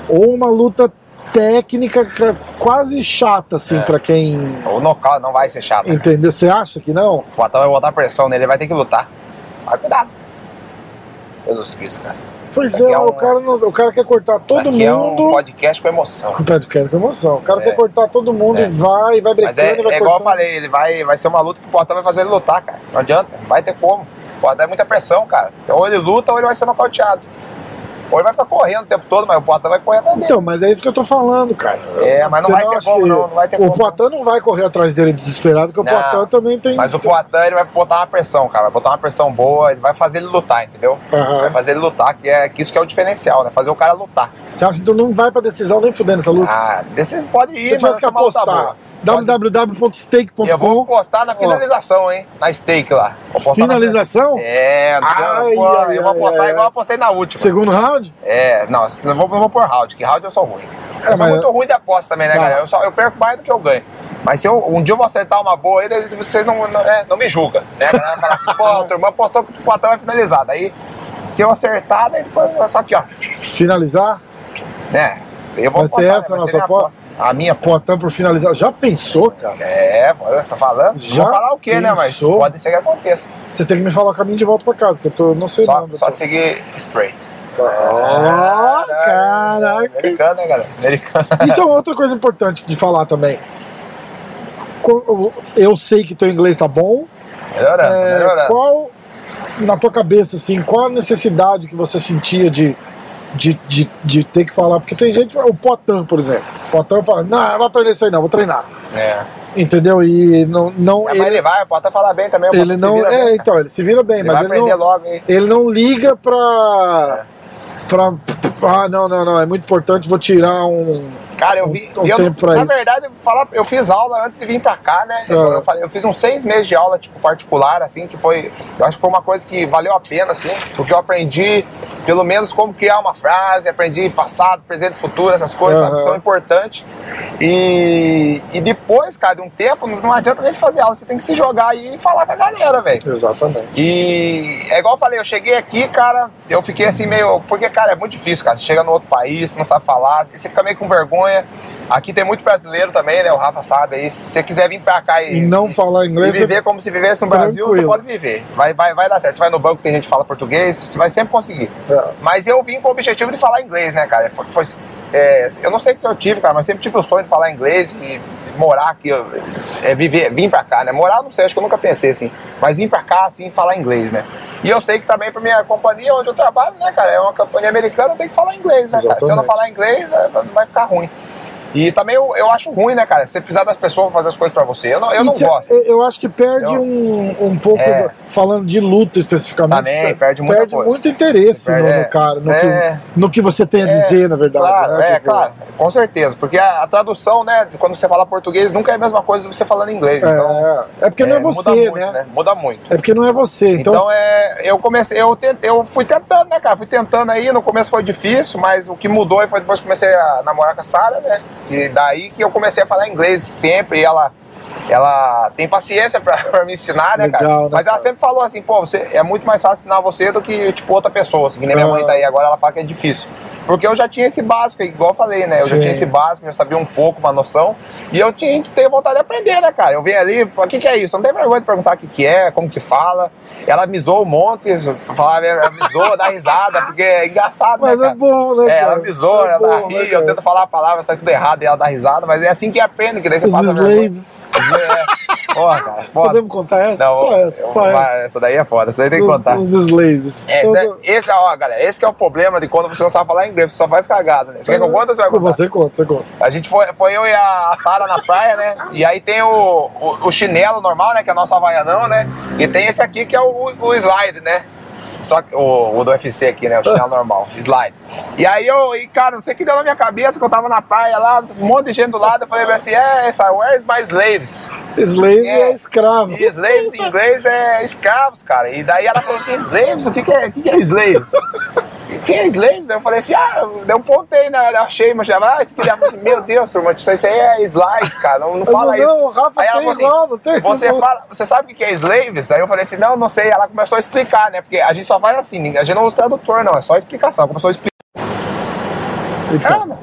S1: ou uma luta técnica ca- quase chata, assim,
S2: É.
S1: pra quem.
S2: é. O nocaute não vai ser chato. né?
S1: Entendeu? Você acha que não?
S2: O Poitin vai botar pressão nele, ele vai ter que lutar. Mas cuidado. Deus Cristo, cara.
S1: Pois
S2: Isso aqui
S1: é,
S2: é
S1: o,
S2: um-
S1: cara não- o cara quer cortar todo
S2: Aqui
S1: mundo.
S2: é um podcast com emoção.
S1: Com o pé do Kennedy, com emoção. O cara
S2: É.
S1: quer cortar todo mundo
S2: É.
S1: e vai, e vai
S2: Mas
S1: brecando,
S2: é,
S1: e vai
S2: é igual eu
S1: cortando.
S2: falei, ele vai, vai ser uma luta que o Poitin vai fazer ele lutar, cara. Não adianta, não vai ter como. O Poitin é muita pressão, cara. Então, ou ele luta ou ele vai ser nocauteado. Ou ele vai ficar correndo o tempo todo, mas o Poitin vai correr atrás dele.
S1: Então, mas é isso que eu tô falando, cara.
S2: É, mas
S1: Então,
S2: não
S1: Você
S2: vai ter
S1: acha
S2: como,
S1: que
S2: não, não vai ter
S1: O
S2: como,
S1: Poitin não vai correr atrás dele desesperado, porque
S2: Não.
S1: o Poitin também tem.
S2: Mas o Poitin, ele vai botar uma pressão, cara. Vai botar uma pressão boa, ele vai fazer ele lutar, entendeu?
S1: Aham.
S2: Vai fazer ele lutar, que, é, que isso que é o diferencial, né? Fazer o cara lutar.
S1: Você acha que então não vai pra decisão nem fudendo essa luta?
S2: Ah, desse pode ir,
S1: Se eu
S2: mas
S1: tivesse que
S2: essa luta tá boa.
S1: apostar,
S2: Pode- Eu vou
S1: www.stake.com,
S2: apostar na finalização, hein? Na stake lá. Vou apostar na-
S1: finalização,
S2: É,
S1: Ai,
S2: pô,
S1: ai,
S2: eu vou
S1: ai,
S2: apostar
S1: ai,
S2: igual
S1: ai.
S2: eu apostei na última.
S1: segundo round,
S2: assim, É, não, não vou, não vou pôr round, que round eu sou ruim. Eu sou
S1: mas-
S2: muito ruim de aposta também, né,
S1: Tá.
S2: galera? Eu, só, eu perco mais do que eu ganho. Mas se eu, um dia eu vou acertar uma boa aí, daí vocês não, não, é, não me julgam. Né? A galera fala assim, pô, turma apostou que o Platão vai finalizar. Daí, se eu acertar, daí depois é só aqui, ó.
S1: Finalizar?
S2: Né? Eu vou
S1: Vai ser
S2: apostar,
S1: essa a
S2: né? Vai ser
S1: nossa
S2: minha
S1: aposta?
S2: A minha aposta.
S1: Pontão pro finalizar. Já pensou, cara?
S2: É, tá falando?
S1: Já
S2: vou falar o quê, né? Mas
S1: pensou?
S2: pode ser que aconteça.
S1: Você tem que me falar o caminho de volta pra casa, que eu tô, não sei
S2: Só,
S1: não.
S2: só assim. seguir straight.
S1: Ah, caraca.
S2: Americano, né, galera? Americano.
S1: Isso é uma outra coisa importante de falar também. Co- Eu sei que teu inglês tá bom.
S2: Melhorando,
S1: É,
S2: tá melhorando.
S1: qual, na tua cabeça, assim, qual a necessidade que você sentia de, de, de, de ter que falar? Porque tem gente, o Potan, por exemplo. O Potan fala, não, eu vou aprender isso aí não, vou treinar.
S2: É.
S1: Entendeu? E não, não
S2: Mas
S1: ele,
S2: ele vai, pode até falar bem também. pode
S1: ele
S2: se
S1: não,
S2: vira bem,
S1: é,
S2: cara.
S1: então, ele se vira bem,
S2: Ele
S1: mas
S2: vai
S1: ele não,
S2: aprender logo, hein?
S1: ele não liga pra,
S2: É.
S1: pra. Ah, não, não, não. É muito importante, vou tirar um.
S2: Cara, eu vi.
S1: Não
S2: eu,
S1: tem pra
S2: na
S1: isso.
S2: verdade, eu, falar, eu fiz aula antes de vir pra cá, né? Eu,
S1: Ah.
S2: eu falei- eu fiz uns seis meses de aula, tipo, particular, assim, que foi. Eu acho que foi uma coisa que valeu a pena, assim, porque eu aprendi, pelo menos, como criar uma frase, aprendi passado, presente, futuro, essas coisas, sabe, que
S1: Aham.
S2: são importantes. E, e depois, cara, de um tempo, não adianta nem se fazer aula, você tem que se jogar aí e falar com a galera, velho.
S1: Exatamente.
S2: E é igual eu falei, eu cheguei aqui, cara, eu fiquei assim meio. Porque, cara, é muito difícil, cara. Você chega no outro país, não sabe falar, você fica meio com vergonha. Aqui tem muito brasileiro também, né? O Rafa sabe aí. Se você quiser vir pra cá e,
S1: E não falar
S2: É. e
S1: inglês. é
S2: viver como se vivesse no Brasil,
S1: Tranquilo.
S2: você pode viver. Vai, vai, vai dar certo. Você vai no banco, tem gente que fala português, você vai sempre conseguir.
S1: é-
S2: Mas eu vim com o objetivo de falar inglês, né, cara? Foi, foi- é, eu não sei o que eu tive, cara, mas sempre tive o sonho de falar inglês e morar aqui, eu- é, viver, vim pra cá, né? Morar, eu não sei, acho que eu nunca pensei assim. Mas vim pra cá, assim, falar inglês, né? E eu sei que também pra minha companhia onde eu trabalho, né, cara? É uma companhia americana, eu tenho que falar inglês, né, cara? Se eu não
S1: Exatamente.
S2: falar inglês, é, vai ficar ruim. E também eu, eu acho ruim, né, cara? Você precisar das pessoas pra fazer as coisas pra você. Eu não, eu não
S1: E cê-
S2: gosto.
S1: eu- Eu acho que perde
S2: Eu-
S1: um, um pouco,
S2: É.
S1: do- falando de luta especificamente.
S2: Também,
S1: per-
S2: perde muita coisa.
S1: muito interesse
S2: Perde-
S1: no, no
S2: é.
S1: cara, no,
S2: É.
S1: que, no que você tem a
S2: É,
S1: dizer, na verdade.
S2: Claro,
S1: né?
S2: é,
S1: Tipo,
S2: claro, com certeza. Porque a, a tradução, né, quando você fala português, nunca é a mesma coisa do que você falando inglês. então,
S1: É, é porque não é
S2: muda
S1: você,
S2: muito,
S1: né?
S2: Muda muito.
S1: É porque não é você.
S2: Então,
S1: Então,
S2: é, eu comecei, eu, tent, eu fui tentando, né, cara? Fui tentando aí, no começo foi difícil, mas o que mudou aí foi depois que comecei a namorar com a Sara, né? E daí que eu comecei a falar inglês sempre, e ela, ela tem paciência pra, pra me ensinar, né, cara?
S1: Legal, né,
S2: mas ela
S1: cara?
S2: sempre falou assim, pô, você, é muito mais fácil ensinar você do que, tipo, outra pessoa, assim, que nem minha
S1: Ah.
S2: mãe tá aí agora, ela fala que é difícil. Porque eu já tinha esse básico, igual eu falei, né? Eu já
S1: Sim.
S2: tinha esse básico, já sabia um pouco, uma noção. E eu tinha que ter vontade de aprender, né, cara? Eu vim ali, pô, o que, que é isso? Eu Não tem vergonha de perguntar o que, que é, como que fala. Ela amizou um monte, eu falava, ela amizou, dá risada, porque é engraçado,
S1: mas é
S2: né, cara?
S1: bom, né?
S2: É,
S1: cara?
S2: ela amizou,
S1: É
S2: ela
S1: bom,
S2: ri,
S1: né,
S2: eu
S1: cara?
S2: tento falar a palavra, sai tudo errado e ela dá risada, mas é assim que aprende, que daí você
S1: Os
S2: passa a vergonha.
S1: slaves.
S2: É, porra, cara, foda.
S1: Podemos contar essa?
S2: Não,
S1: só essa, só
S2: vai,
S1: essa.
S2: essa. daí é foda, essa daí tem que contar.
S1: Os slaves. Então,
S2: É,
S1: Eu
S2: esse, daí-
S1: dou-
S2: esse, é- ó, galera, esse que é o problema de quando você não sabe falar inglês, você só faz cagada, né? Você quer que eu conte ou você vai contar?
S1: Você conta, você conta.
S2: A gente foi, foi eu e a Sara na praia, né? E aí tem o, o, o chinelo normal, né? Que é a nossa Havaianão, né? E tem esse aqui que é o, o- o slide, né? Só que, o, o do UFC aqui, né? O chinelo normal, slide. E aí eu, e cara, não sei o que deu na minha cabeça que eu tava na praia lá, um monte de gente do lado, eu falei assim, é, essa, where's my slaves?
S1: Slaves
S2: É.
S1: é, escravo.
S2: E slaves em inglês é escravos, cara. E daí ela falou assim: slaves? O que, que, é, o que, que é slaves? E Quem é slaves? Aí Eu falei assim: ah, deu um pontei, né? Eu achei, mas já ah, esse aqui já falei assim: meu Deus, turma, isso isso aí é slides, cara. Não,
S1: Eu
S2: não
S1: não,
S2: fala isso.
S1: o Rafa
S2: aí ela
S1: tem
S2: falou assim,
S1: igual, não tem?
S2: você,
S1: Vocês vão-
S2: fala, você sabe o que que é slaves? Aí eu falei assim: não, não sei. Ela começou a explicar, né? Porque a gente só faz assim: a gente não usa tradutor, não, é só explicação. Ela Começou a explicar.
S1: Então,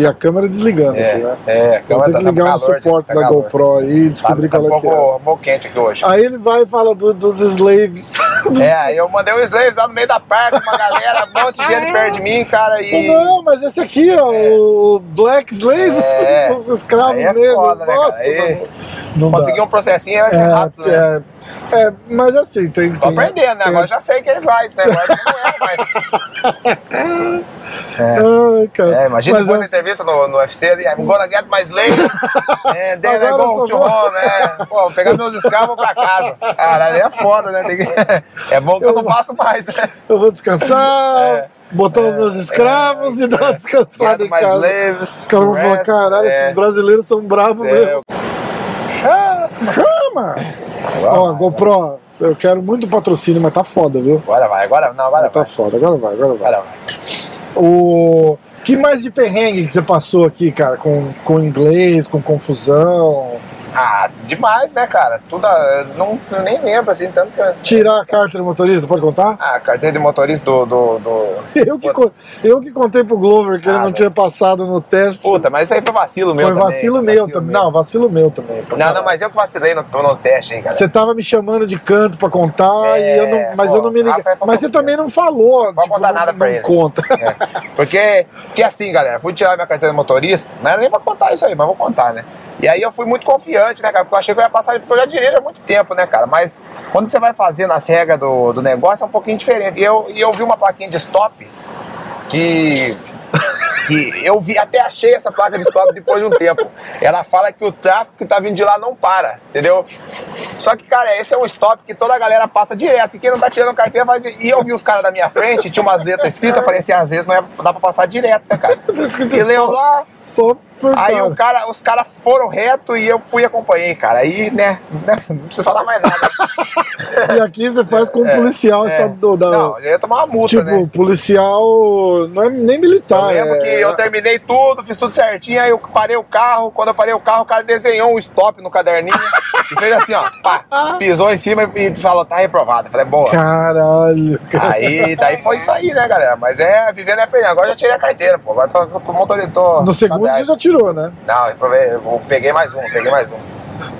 S1: e a câmera desligando aqui, né?
S2: é,
S1: Vou ter
S2: tá-
S1: que
S2: tá
S1: ligar o
S2: calor,
S1: suporte
S2: tá
S1: da
S2: calor.
S1: GoPro aí e
S2: Tá,
S1: descobrir
S2: tá um
S1: qual é que
S2: pouco, um pouco quente aqui hoje.
S1: é. Aí ele vai e fala do- dos slaves.
S2: É, aí eu mandei um slaves lá no meio da praia com uma galera, um monte de gente perto de mim, cara, e.
S1: Não, mas esse aqui, ó,
S2: É.
S1: o Black Slaves,
S2: É.
S1: os escravos
S2: Aí é
S1: negros.
S2: foda, né,
S1: Nossa,
S2: cara? Aí-
S1: mano, não dá.
S2: Consegui um processinho, vai ser rápido,
S1: É,
S2: né?
S1: é, é, mas assim, tem.
S2: Tô
S1: tem-
S2: aprendendo, né?
S1: tem-
S2: Agora já sei que é slides, né? Agora não é, mas. É.
S1: Ai, cara.
S2: É, imagina
S1: Mas
S2: depois da
S1: eu-
S2: entrevista no, no UFC ali, I'm gonna get my slaves, and then I
S1: Agora eu
S2: go
S1: só
S2: to
S1: vou-
S2: home, é. Pô, vou pegar meus escravos pra casa. Caralho, é foda, né? Tem que- É bom que eu não faço mais, né?
S1: Eu vou descansar,
S2: É.
S1: botar os meus escravos e dar uma descansada em
S2: mais
S1: casa.
S2: leves. é."
S1: Os caras vão falar, caralho, esses brasileiros são bravos mesmo. Chama!
S2: É,
S1: Ó, GoPro, eu quero muito patrocínio, mas tá foda, viu?
S2: Agora vai, agora não, agora
S1: tá
S2: vai.
S1: foda, agora vai, agora vai.
S2: Agora vai.
S1: O... Que mais de perrengue que você passou aqui, cara? Com, com inglês, com confusão,
S2: Ah, demais, né, cara? Tudo. ah, Não, eu nem lembro, assim, tanto que. eu-
S1: tirar a carta do motorista, pode contar?
S2: Ah, a carteira de motorista do. do, do-
S1: Eu que, con- eu que contei pro Glover que
S2: Ah,
S1: ele não
S2: velho.
S1: tinha passado no teste.
S2: Puta, mas isso aí foi vacilo meu.
S1: Foi
S2: também,
S1: vacilo meu também. Não, vacilo meu também. pra
S2: Não,
S1: caralho.
S2: não, mas eu que vacilei no, no teste, hein, cara.
S1: Você tava me chamando de canto pra contar,
S2: É,
S1: e eu não, mas
S2: pô,
S1: eu não me liguei.
S2: Rafa é
S1: mas você
S2: fofoqueiro.
S1: também não falou. Não
S2: pode contar nada
S1: não,
S2: pra
S1: não
S2: ele.
S1: conta.
S2: É. Porque, porque assim, galera, fui tirar minha carteira de motorista, não era nem pra contar isso aí, mas vou contar, né? E aí eu fui muito confiante, né, cara? Porque eu achei que eu ia passar, porque eu já dirijo há muito tempo, né, cara? Mas quando você vai fazendo as regras do, do negócio é um pouquinho diferente. E eu, e eu vi uma plaquinha de stop que. Que eu vi, até achei essa placa de stop depois de um tempo. Ela fala que o tráfego que tá vindo de lá não para, entendeu? Só que, cara, esse é um stop que toda a galera passa direto. E quem não tá tirando carteira vai. de- E eu vi os caras da minha frente, tinha umas letras escritas, eu falei assim, às vezes não é, dá pra passar direto, né, cara?
S1: Tá
S2: E leu lá,
S1: Só por
S2: aí
S1: cara.
S2: o cara, os caras foram reto e eu fui e acompanhei, cara. Aí, né, né, não precisa falar mais nada.
S1: E aqui você faz com um policial
S2: É.
S1: estadual. da-
S2: Não, eu ia tomar uma multa,
S1: tipo,
S2: né?
S1: policial. Não é nem
S2: Eu
S1: militar.
S2: lembro
S1: é-
S2: que eu terminei tudo, fiz tudo certinho, aí eu parei o carro. Quando eu parei o carro, o cara desenhou um stop no caderninho e fez assim, ó, pá, pisou em cima e falou, tá reprovado. Eu falei, boa.
S1: Caralho. cara.
S2: Aí, daí foi isso aí, né, galera? Mas é, vivendo é aprendendo. Agora eu já tirei a carteira, pô. Agora tô com o motorito.
S1: No segundo você já tirou, né?
S2: Não, eu, provei, eu peguei mais um, peguei mais um.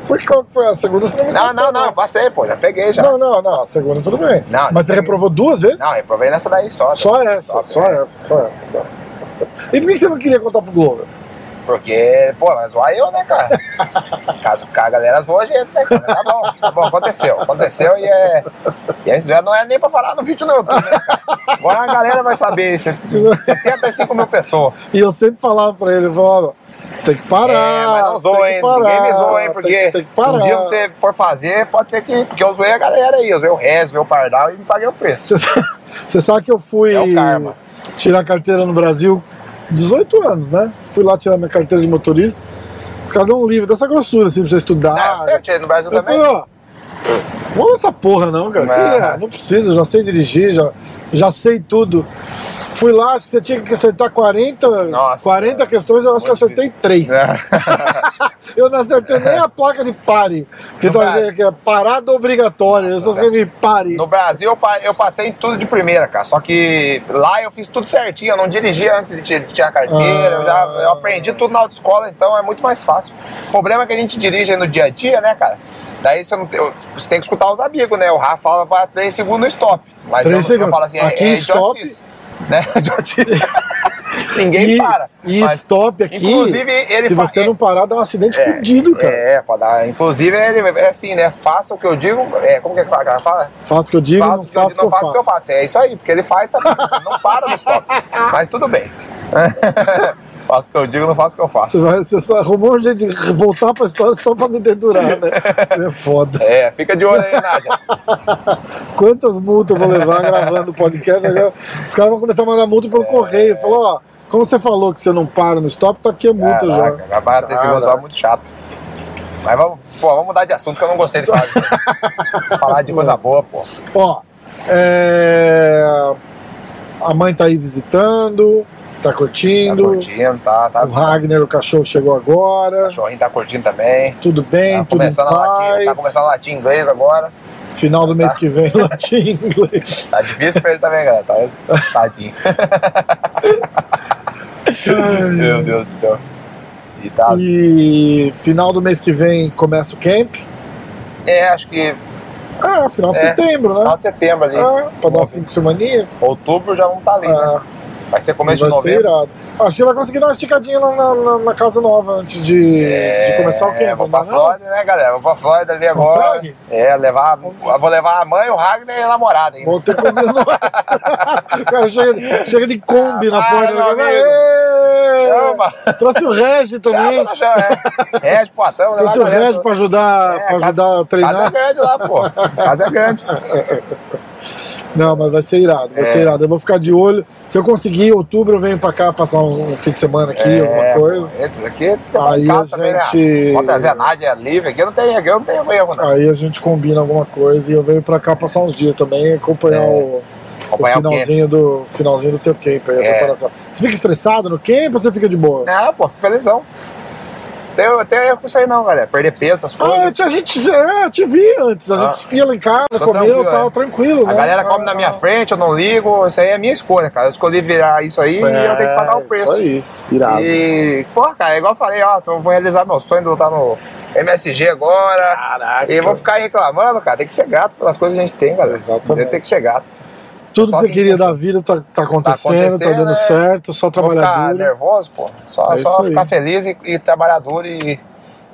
S1: Por qual que foi a segunda? Você me
S2: Não,
S1: contou,
S2: não, não, eu passei, pô, já peguei já. Não,
S1: Não, não, não. A segunda tudo bem.
S2: Não,
S1: Mas você
S2: tem-
S1: reprovou duas vezes?
S2: eu provei nessa daí só. tá
S1: Só essa, só
S2: é.
S1: essa, só essa. E por que você não queria contar pro Glover?
S2: Porque, pô, mas zoar eu, né, cara? Caso a galera zoa a gente, né, cara? Tá bom, tá bom, aconteceu, aconteceu e é. E isso já não é nem pra falar no vídeo no YouTube, né, cara? Agora a galera vai saber, isso. 75 mil pessoas.
S1: E eu sempre falava pra ele, eu falava, tem que parar.
S2: É, mas não zoa,
S1: tem
S2: hein?
S1: que parar,
S2: Ninguém me zoa, hein?
S1: tem-
S2: Porque
S1: tem, que parar.
S2: se um dia você for fazer, pode ser que. Porque eu zoei a galera aí, eu zoei o Rez, zoei o Pardal e me paguei o preço.
S1: Você sa- você sabe que eu fui
S2: É o karma.
S1: tirar carteira no Brasil 18 anos, né? Fui lá tirar minha carteira de motorista. Os caras dão um livro dessa grossura, assim, pra você estudar.
S2: Ah, eu sei, eu tirei no Brasil
S1: Eu
S2: também.
S1: falei, ó, vou essa porra não, cara. Que
S2: Ah.
S1: é? Não precisa, já sei dirigir, já, já sei tudo. Fui lá, acho que você tinha que acertar 40,
S2: Nossa.
S1: 40 questões, eu acho que eu
S2: Muito
S1: acertei 3.
S2: É.
S1: Eu não acertei nem a placa de pare, que,
S2: Não
S1: tá,
S2: vale.
S1: que é parada obrigatória, eu só
S2: Nossa, é.
S1: escrevi pare.
S2: No Brasil eu pa- eu passei em tudo de primeira, cara. Só que lá eu fiz tudo certinho, eu não dirigia antes de ti- de tirar a carteira,
S1: Ah.
S2: eu, já, eu aprendi tudo na autoescola, então é muito mais fácil. O problema é que a gente dirige aí no dia a dia, né, cara? Daí você, não tem, eu- você tem que escutar os amigos, né? O Rafa fala pra 3 segundos no stop. Mas
S1: Três
S2: eu,
S1: segundos.
S2: eu falo assim,
S1: Aqui,
S2: é, é
S1: stop.
S2: idiotice. Né? Idiotice. Ninguém
S1: e,
S2: para.
S1: E
S2: Mas-
S1: stop aqui.
S2: Inclusive, ele
S1: se
S2: fa-
S1: você
S2: é-
S1: não parar, dá um acidente
S2: É,
S1: fudido, cara.
S2: É, pra dar. Inclusive, é, é assim, né? Faça o que eu digo. É, como que é que a galera fala?
S1: Faço o que eu digo,
S2: Faça
S1: não faço o que eu
S2: faço o que eu
S1: faço.
S2: faço. É isso aí, porque ele faz também. não para no stop. Mas tudo bem. faço o que eu digo, não faço o que eu
S1: Você,
S2: faço.
S1: vai- você só arrumou um jeito de voltar pra história só pra me dedurar, né? Você é foda.
S2: É, fica de olho aí, Nádia.
S1: Quantas multas eu vou levar gravando o podcast? Agora, os caras vão começar a mandar multa
S2: É.
S1: pelo correio. Falou, ó, como você falou que você não para no stop, tá aqui a multa
S2: Caraca,
S1: já.
S2: acabar ter esse
S1: Caraca.
S2: gozal é muito chato. Mas vamos, pô, vamos mudar de assunto que eu não gostei de falar. disso. falar de coisa boa, pô. Tá
S1: Ó, é, a mãe tá aí visitando, tá
S2: Tá
S1: curtindo.
S2: curtindo, tá, tá.
S1: O Ragnar, o cachorro, chegou
S2: O
S1: agora.
S2: cachorrinho tá curtindo também.
S1: Tudo bem,
S2: Tá
S1: tudo em
S2: começando, a latir, tá
S1: paz.
S2: começando a Tá. latir inglês agora.
S1: Final do mês que vem, latim em inglês.
S2: Tá difícil pra ele também, galera. Tá, tadinho. Meu Deus do céu. E tá.
S1: E final do mês que vem começa o camp.
S2: É, acho que
S1: Ah, final de
S2: É.
S1: setembro, né?
S2: final de setembro ali.
S1: Ah, pra dar cinco semaninhas.
S2: Outubro já vamos estar ali, né?
S1: Ah,
S2: Vai ser
S1: vai
S2: começo de
S1: ser
S2: novembro.
S1: irado. Acho que você vai conseguir dar uma esticadinha na, na- na- na casa nova antes de, de começar o
S2: É,
S1: camp.
S2: vou pra
S1: né?
S2: Flórida, né, galera? Vou pra Flórida ali agora.
S1: Consegue?
S2: É, levar. Vou levar a mãe, o Ragnar e a namorada ainda.
S1: Vou ter que comer nós. O cara chega, chega de Kombi na
S2: Ah,
S1: porta.
S2: meu
S1: Cara,
S2: amigo.
S1: "Ê!"
S2: Chama!
S1: Trouxe o Regi também.
S2: Chama, chama, é. Regi, Poatão, levar a
S1: Trouxe o
S2: galera.
S1: Regi pra ajudar,
S2: É,
S1: pra
S2: casa-
S1: ajudar a
S2: Casa é
S1: treinar.
S2: grande lá, pô. Casa é grande.
S1: Não, mas vai ser irado, vai
S2: É.
S1: ser irado. Eu vou ficar de olho. Se eu conseguir, em outubro eu venho pra cá passar um, um fim de semana aqui, alguma coisa.
S2: pô, Esse aqui É. você tá em
S1: Aí a
S2: casa também, né?
S1: gente.
S2: Pode trazer a Nádia livre aqui, eu não tenho, aqui eu não tenho erro, não.
S1: Aí a gente combina alguma coisa e eu venho pra cá passar uns dias também e acompanhar
S2: É.
S1: o,
S2: Acompanhar
S1: o
S2: o camp.
S1: finalzinho do, finalzinho do teu camp aí, a
S2: É.
S1: preparação. Você fica estressado no camp ou você fica de boa?
S2: Ah, pô, felizão. Eu até com isso aí não, galera. Perder peso, essas
S1: Ah,
S2: coisas.
S1: eu te, a gente, é, eu te vi antes, a
S2: Ah.
S1: gente fia lá em casa,
S2: Tô
S1: comeu e
S2: tranquilo,
S1: tal,
S2: é.
S1: tranquilo.
S2: a
S1: né?
S2: galera come na minha frente, eu não ligo. Isso aí é minha escolha, cara. Eu escolhi virar isso aí e eu tenho que pagar o preço.
S1: É, Isso aí, irado.
S2: E, pô, cara, é igual eu falei, ó, tô- vou realizar meu sonho de lutar no MSG agora.
S1: Caraca.
S2: E vou ficar aí reclamando, cara. Tem que ser grato pelas coisas que a gente tem, galera.
S1: Exatamente.
S2: Tem que ser grato.
S1: Tudo que
S2: só
S1: você
S2: se
S1: queria da vida tá, tá acontecendo, tá,
S2: acontecendo,
S1: dando
S2: é.
S1: certo, só
S2: Não
S1: trabalhar
S2: ficar
S1: duro.
S2: nervoso, pô. Só,
S1: É isso
S2: só
S1: aí.
S2: ficar feliz e, e trabalhar duro e,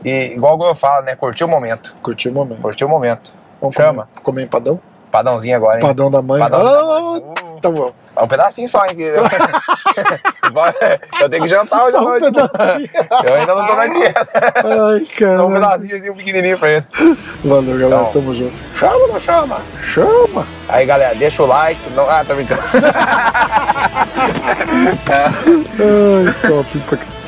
S2: e igual eu falo, né? Curtir o momento.
S1: Curtir o momento.
S2: Curtir o momento.
S1: Vamos
S2: Chama.
S1: Comer, comer empadão?
S2: Padãozinho agora, hein?
S1: Empadão da mãe.
S2: Padrão
S1: Ah, tá bom.
S2: É um pedacinho só, hein? que- eu tenho que jantar hoje à
S1: Só um
S2: noite.
S1: pedacinho.
S2: Eu ainda não tô na dieta.
S1: Ai,
S2: Só um
S1: cara.
S2: pedacinho assim, um pequenininho pra ele.
S1: Valeu, galera.
S2: Então.
S1: Tamo junto.
S2: Chama ou não chama?
S1: Chama.
S2: Aí, galera, deixa o like. Não... Ah, tô brincando.
S1: Ai, top. pra